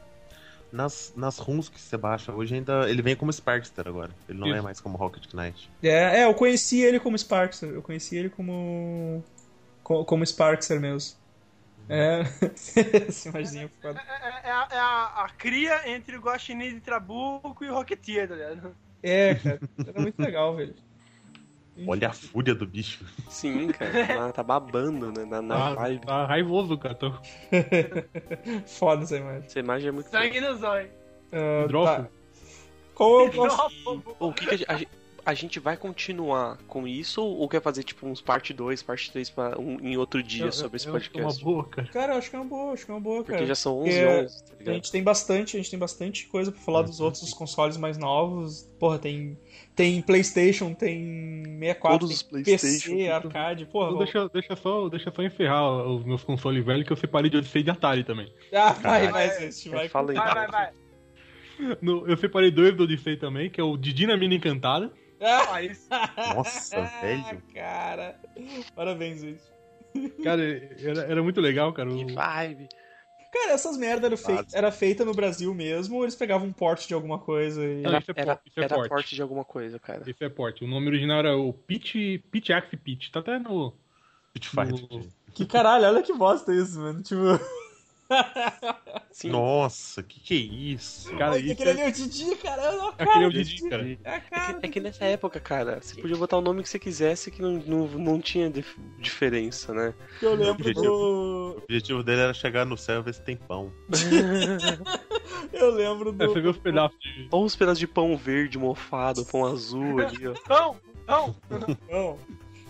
Speaker 5: Nas, nas runs que você baixa hoje ainda. Ele vem como Sparkster agora. Ele não é
Speaker 6: Isso.
Speaker 5: mais como Rocket Knight.
Speaker 3: É, é, eu conheci ele como Sparkster. Eu conheci ele como. co- Como Sparkster mesmo. É, essa imagenzinha é foda.
Speaker 7: É, é a, é a- a cria entre o Guaxinim de Trabuco e o Rocketeer, tá ligado?
Speaker 3: É, cara, era muito legal, velho.
Speaker 5: Olha a fúria do bicho.
Speaker 4: Sim, cara. Ela tá babando, né? Na, na
Speaker 6: Tá,
Speaker 4: vibe.
Speaker 6: tá raivoso, cara. Tô
Speaker 3: Foda essa imagem.
Speaker 4: Essa imagem é muito.
Speaker 7: Sangue no zóio.
Speaker 3: Ah,
Speaker 6: hidrófobo.
Speaker 3: tá. Como eu posso...
Speaker 7: Hidrófobo.
Speaker 4: Ô, o que que a gen- a, gen- a gente vai continuar com isso ou ou quer fazer tipo uns parte 2, parte 3 pra, um, em outro dia
Speaker 6: Eu-
Speaker 4: sobre esse
Speaker 6: eu- eu
Speaker 4: podcast?
Speaker 6: Tô uma boa, cara.
Speaker 3: Cara, eu acho que é uma boa, acho que é uma boa,
Speaker 4: Porque
Speaker 3: cara.
Speaker 4: já são 11
Speaker 3: É,
Speaker 4: e 11, tá
Speaker 3: A
Speaker 4: ligado?
Speaker 3: gente tem bastante, a gente tem bastante coisa pra falar dos outros consoles mais novos. Porra, tem, tem PlayStation, tem 64,
Speaker 4: Todos os
Speaker 3: tem
Speaker 4: PlayStation,
Speaker 3: PC, arcade, porra.
Speaker 6: Então
Speaker 3: vamos-
Speaker 6: deixa, deixa, só, deixa só enferrar os meus consoles velhos que eu separei de Odyssey e de Atari também.
Speaker 3: Ah, vai,
Speaker 5: Caralho.
Speaker 3: vai, Zeste, vai.
Speaker 4: Fala aí.
Speaker 7: Vai, vai, vai.
Speaker 6: No- eu separei dois do Odyssey também, que é o de Dinamina Encantada.
Speaker 3: Ah,
Speaker 7: Ah, isso.
Speaker 5: Nossa, velho.
Speaker 3: Cara, parabéns, Zeste.
Speaker 6: Cara, era, era muito legal, cara. O-
Speaker 4: Que vibe.
Speaker 3: Cara, essas merdas eram fei-
Speaker 5: Quase.
Speaker 3: era feita no Brasil mesmo, ou eles pegavam um porte de alguma coisa e.
Speaker 6: Não, isso é,
Speaker 4: Era,
Speaker 6: port, isso é
Speaker 4: era
Speaker 6: port.
Speaker 4: parte de alguma coisa, cara.
Speaker 6: Isso é port. O nome original era o Pitch, Pitch Axe Pitch. Tá até no...
Speaker 5: Pit Fighter.
Speaker 6: No-
Speaker 5: gente.
Speaker 3: Que caralho, olha que bosta isso, mano. Tipo,
Speaker 4: Sim.
Speaker 5: Nossa, que que é isso?
Speaker 6: Cara,
Speaker 3: Ai,
Speaker 6: isso
Speaker 3: aquele
Speaker 6: é,
Speaker 3: ali é o Didi, cara. olha a
Speaker 6: aquele é
Speaker 3: cara
Speaker 6: o
Speaker 3: do
Speaker 6: Didi, cara.
Speaker 3: É a
Speaker 4: É
Speaker 3: cara.
Speaker 4: que, é que nessa época, cara, você podia botar o nome que você quisesse que não, não, não tinha dif- diferença, né?
Speaker 3: que eu lembro do.
Speaker 5: O objetivo dele era chegar no céu e ver se tem pão.
Speaker 3: Eu lembro
Speaker 6: É, você
Speaker 3: do.
Speaker 6: vê os pedaços de...
Speaker 4: Ou uns pedaços de pão verde mofado, pão azul ali, ó.
Speaker 7: Não, não.
Speaker 3: Não.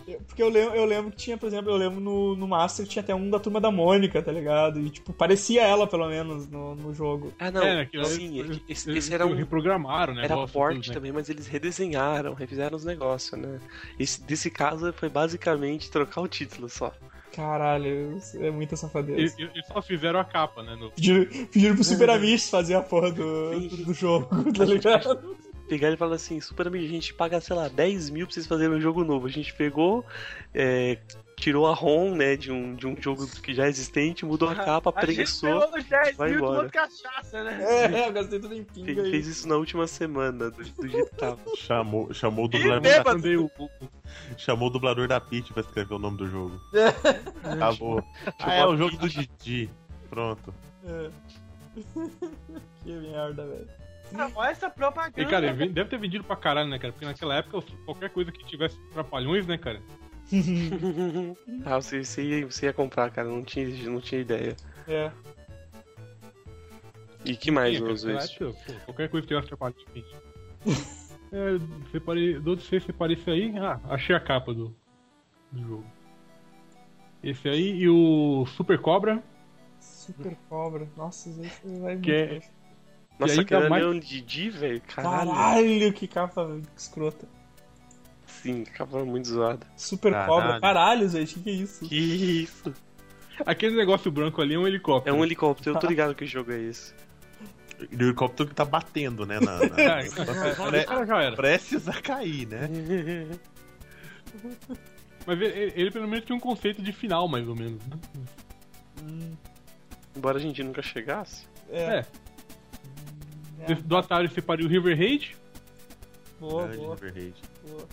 Speaker 3: Eu- Porque eu lembro, eu lembro que tinha, por exemplo, eu lembro no, no Master tinha até um da turma da Mônica, tá ligado? E, tipo, parecia ela, pelo menos, no, no jogo.
Speaker 4: Ah, não.
Speaker 6: É, aquilo ali-
Speaker 4: sim, é que esse,
Speaker 6: Eles
Speaker 4: esse era um
Speaker 6: reprogramaram, né?
Speaker 4: Era
Speaker 6: negócio,
Speaker 4: forte
Speaker 6: tudo, né?
Speaker 4: também, mas eles redesenharam, refizeram os negócios, né? Esse, desse caso foi basicamente trocar o título só.
Speaker 3: Caralho, isso é muita safadeza.
Speaker 6: Eles, eles só fizeram a capa, né? No...
Speaker 3: Pediram, pediram pro Super Amish fazer a porra do,
Speaker 4: Sim.
Speaker 3: do jogo, tá ligado?
Speaker 4: Pegaram e falaram assim, Super Amigo, a gente paga, sei lá, 10 mil pra vocês fazerem um jogo novo. A gente pegou, é, tirou a ROM, né, de um, de um jogo que já é existente, mudou a capa,
Speaker 7: A gente
Speaker 4: preguiçou.
Speaker 7: pegou nos 10
Speaker 4: vai
Speaker 7: mil e
Speaker 4: embora.
Speaker 7: tomou cachaça, né?
Speaker 3: É, eu gastei tudo em pinga.
Speaker 4: Fe-
Speaker 3: aí.
Speaker 4: Fez isso na última semana, do, do jeito que tava.
Speaker 5: Chamou, chamou, o
Speaker 7: E
Speaker 5: dublador
Speaker 7: bêbado.
Speaker 5: da,
Speaker 6: Também o, o-
Speaker 5: chamou o dublador da Pit pra escrever o nome do jogo. Acabou. É. Ah, é o jogo do Didi. Pronto.
Speaker 3: É. que merda, velho.
Speaker 7: Olha essa propaganda.
Speaker 6: E, cara, vem- deve ter vendido pra caralho, né, cara? Porque naquela época, qualquer coisa que tivesse trapalhões, né, cara?
Speaker 4: ah, você, você, ia, você ia comprar, cara, não tinha, não tinha ideia.
Speaker 3: É.
Speaker 4: E que mais,
Speaker 6: Tinha, cara,
Speaker 4: os vezes?
Speaker 6: eu acho, pô, Qualquer coisa que tivesse trapalhões, gente. É, separei, do outro seis, separei esse aí. Ah, achei a capa do, do jogo. Esse aí e o Super Cobra.
Speaker 3: Super cobra. Nossa, isso aí vai
Speaker 6: Que é-
Speaker 3: muito.
Speaker 6: E
Speaker 4: Nossa,
Speaker 6: ainda
Speaker 4: aquele
Speaker 6: mais-
Speaker 4: ali é um Didi, velho, caralho.
Speaker 3: Caralho, que capa escrota.
Speaker 4: Sim, acabou muito zoado.
Speaker 3: Super
Speaker 5: Caralho.
Speaker 3: cobra. Caralho, gente, que que é isso?
Speaker 4: Que isso?
Speaker 6: Aquele negócio branco ali é um
Speaker 4: É
Speaker 6: helicóptero.
Speaker 4: um helicóptero, eu tô ligado que jogo é esse.
Speaker 5: E o helicóptero que tá batendo, né? Na, na-
Speaker 6: O Ah, é, cara já era.
Speaker 5: né, Prestes a cair, né?
Speaker 3: É,
Speaker 6: Mas ele, ele pelo menos tinha um conceito de final, mais ou menos. né?
Speaker 4: Embora a gente nunca chegasse.
Speaker 3: É,
Speaker 6: É. Desse- Do Atari eu separei o River Raid.
Speaker 3: boa,
Speaker 5: Grande
Speaker 3: boa,
Speaker 5: Overrated.
Speaker 3: boa.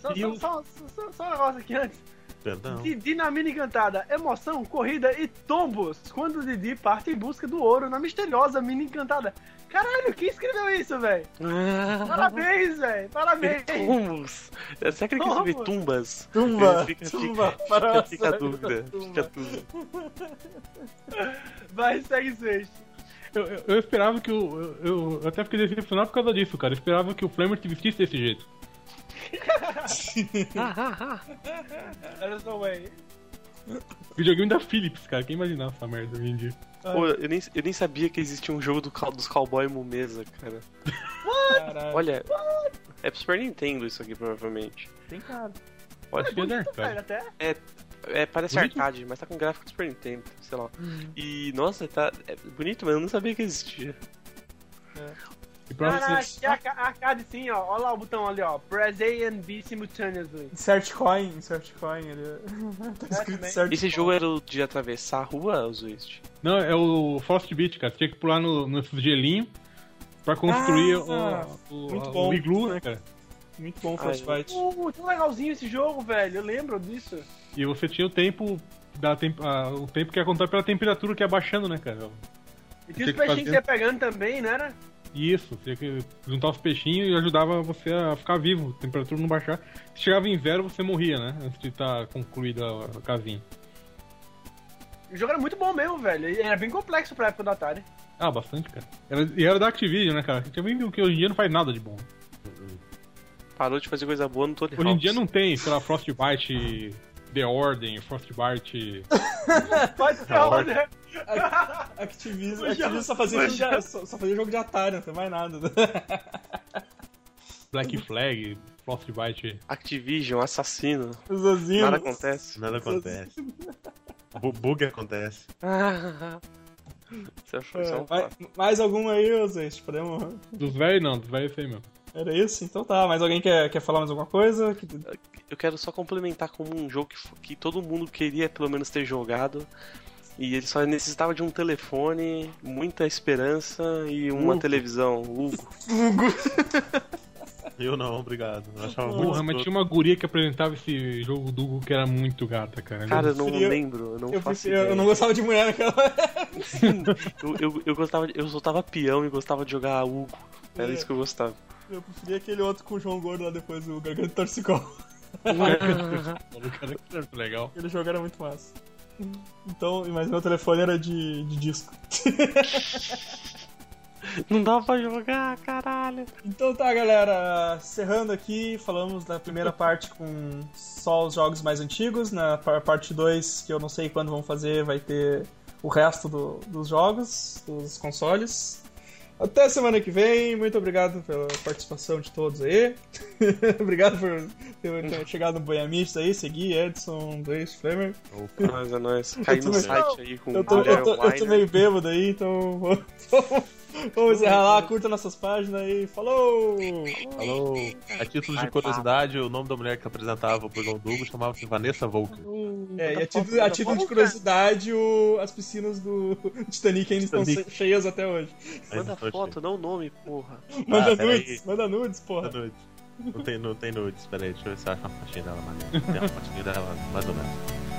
Speaker 7: Só, só, só, só- só um negócio aqui antes.
Speaker 5: Perdão.
Speaker 7: De Dinamina Encantada, emoção, corrida e tombos quando o Didi parte em busca do ouro na misteriosa mina encantada. Caralho, quem escreveu isso, velho?
Speaker 4: Ah.
Speaker 7: Parabéns, velho. Parabéns.
Speaker 4: Tumbos! Será É que ele quer saber tumbas?
Speaker 3: Tumba,
Speaker 4: Fica- fica-
Speaker 3: tumba,
Speaker 4: Fica,
Speaker 3: para
Speaker 4: fica a dúvida. Fica a dúvida.
Speaker 7: Vai, segue sexto.
Speaker 6: Eu, eu- eu esperava que o. Eu, eu- eu até fiquei decepcionado por causa disso, cara. Eu esperava que o Flamer se vestisse desse jeito.
Speaker 7: There's no way.
Speaker 6: Videogame da Philips, cara. Quem imaginava essa merda hoje em dia?
Speaker 4: Pô, eu nem, eu nem sabia que existia um jogo do cal- dos cowboy mumesa, cara.
Speaker 3: Caralho.
Speaker 4: Olha. É pro Super Nintendo isso aqui, provavelmente.
Speaker 3: Tem cara.
Speaker 6: Pode ser, né,
Speaker 7: Velho,
Speaker 6: cara?
Speaker 7: até.
Speaker 4: É, parece
Speaker 6: Bonito. Hum.
Speaker 4: arcade, mas tá com gráfico do Super Nintendo, sei lá. E, nossa, tá é bonito, mas eu não sabia que existia.
Speaker 6: E pra
Speaker 7: Caraca,
Speaker 6: você.
Speaker 7: e a ca- arcade sim, ó. Olha lá o botão ali, ó. Press A and B simultaneously.
Speaker 3: Insert coin, insert coin. Ele... tá escrito
Speaker 7: também.
Speaker 3: insert
Speaker 4: Esse
Speaker 3: coin.
Speaker 4: jogo era o de atravessar a rua, o Zwist?
Speaker 6: Não, é o Frostbit, cara. Você tinha que pular no, nesses gelinhos pra construir
Speaker 3: Ah,
Speaker 6: o, o,
Speaker 3: muito
Speaker 6: o
Speaker 3: bom.
Speaker 6: iglu, né, cara?
Speaker 3: Muito bom o
Speaker 4: Ah,
Speaker 3: Frostbite.
Speaker 7: Uh, tão legalzinho esse jogo, velho. Eu lembro disso.
Speaker 6: E você tinha o tempo da tem- ah, o tempo que ia contar pela temperatura que ia baixando, né, cara?
Speaker 7: E
Speaker 6: Tem
Speaker 7: tinha os peixinhos
Speaker 6: que
Speaker 7: que
Speaker 6: fazer.
Speaker 7: você ia pegando também, né? não era?
Speaker 6: Isso, você que juntar os peixinhos e ajudava você a ficar vivo, a temperatura não baixar. Se chegava inverno, você morria, né? Antes de estar concluída a a casinha.
Speaker 7: O jogo era muito bom mesmo, velho. E era bem complexo pra época do Atari.
Speaker 6: Ah, bastante, cara. Era, e era da Activision, né, cara? Que Também viu que hoje em dia não faz nada de bom.
Speaker 4: Parou de fazer coisa boa no Tony
Speaker 6: Hoje em
Speaker 4: Hawk's.
Speaker 6: dia não tem, sei lá, Frostbite The Order, Frostbite.
Speaker 7: Pode
Speaker 6: Tá
Speaker 7: ser, olha.
Speaker 3: Activision, Activision só, fazia jogo de, só, só fazia jogo de Atari, não tem mais nada. né?
Speaker 6: Black Flag, Frostbite.
Speaker 4: Activision, assassino.
Speaker 3: Os Ozinhos.
Speaker 4: Nada acontece.
Speaker 5: Nada acontece. Bu- Bug acontece.
Speaker 4: Ah, Isso é- isso é um
Speaker 3: Vai-
Speaker 4: fato.
Speaker 3: mais alguma aí, ô Zeste? Podemos.
Speaker 6: Dos velhos não, dos velhos é isso aí mesmo.
Speaker 3: Era isso? Então tá. Mais alguém quer, quer falar mais alguma coisa? Que-
Speaker 4: Eu quero só complementar como um jogo que, fo- que todo mundo queria pelo menos ter jogado. E ele só necessitava de um telefone, muita esperança e uma televisão. Hugo.
Speaker 5: Eu não, obrigado. Eu achava
Speaker 6: Porra,
Speaker 5: muito
Speaker 6: mas tinha uma guria que apresentava esse jogo do Hugo que era muito gata, cara.
Speaker 4: Cara, eu não
Speaker 3: preferia-
Speaker 4: lembro. Eu não
Speaker 3: Eu,
Speaker 4: faço
Speaker 3: prefiro- eu
Speaker 4: ideia.
Speaker 3: não gostava de mulher naquela.
Speaker 4: Eu, eu, eu gostava, de- eu soltava peão e gostava de jogar Hugo. Era
Speaker 3: É.
Speaker 4: isso que eu gostava.
Speaker 3: Eu preferia aquele outro com o João Gordo lá depois, o Garganta Torcicol.
Speaker 6: O cara que era muito legal.
Speaker 3: Aquele jogo era muito massa. Então, mas meu telefone era de, de disco.
Speaker 4: Não dava pra jogar, caralho.
Speaker 3: Então tá, galera. Cerrando aqui, falamos da primeira parte com só os jogos mais antigos. Na par- parte 2, que eu não sei quando vão fazer, vai ter o resto do- dos jogos, dos consoles. Até semana que vem. Muito obrigado pela participação de todos aí. obrigado por ter ter chegado no Boiamistas aí. Seguir Edson, Luiz, Flamer.
Speaker 4: É nóis, é nóis. Caí no
Speaker 3: também-
Speaker 4: site aí com
Speaker 3: Eu tô,
Speaker 4: Guilherme
Speaker 3: eu, tô, eu tô
Speaker 4: Weiner.
Speaker 5: né?
Speaker 3: meio bêbado aí, então vou- vamos encerrar lá. Curta nossas páginas aí. Falou!
Speaker 5: Falou. A título de curiosidade, o nome da mulher que apresentava o Pegão Dugo chamava-se Vanessa Volker.
Speaker 3: É, e a título, a título de curiosidade, o- as piscinas do Titanic ainda estão
Speaker 5: Titanic.
Speaker 3: che- cheias até hoje.
Speaker 4: Manda
Speaker 5: Mas,
Speaker 4: foto, não o nome, porra.
Speaker 3: Manda
Speaker 5: Ah, peraí.
Speaker 3: nudes, manda nudes, porra.
Speaker 5: Manda nudes. Não tem, não tem nudes, peraí, deixa eu ver se eu acho uma fotinha dela maneira. Tem uma fotinha dela mais ou menos.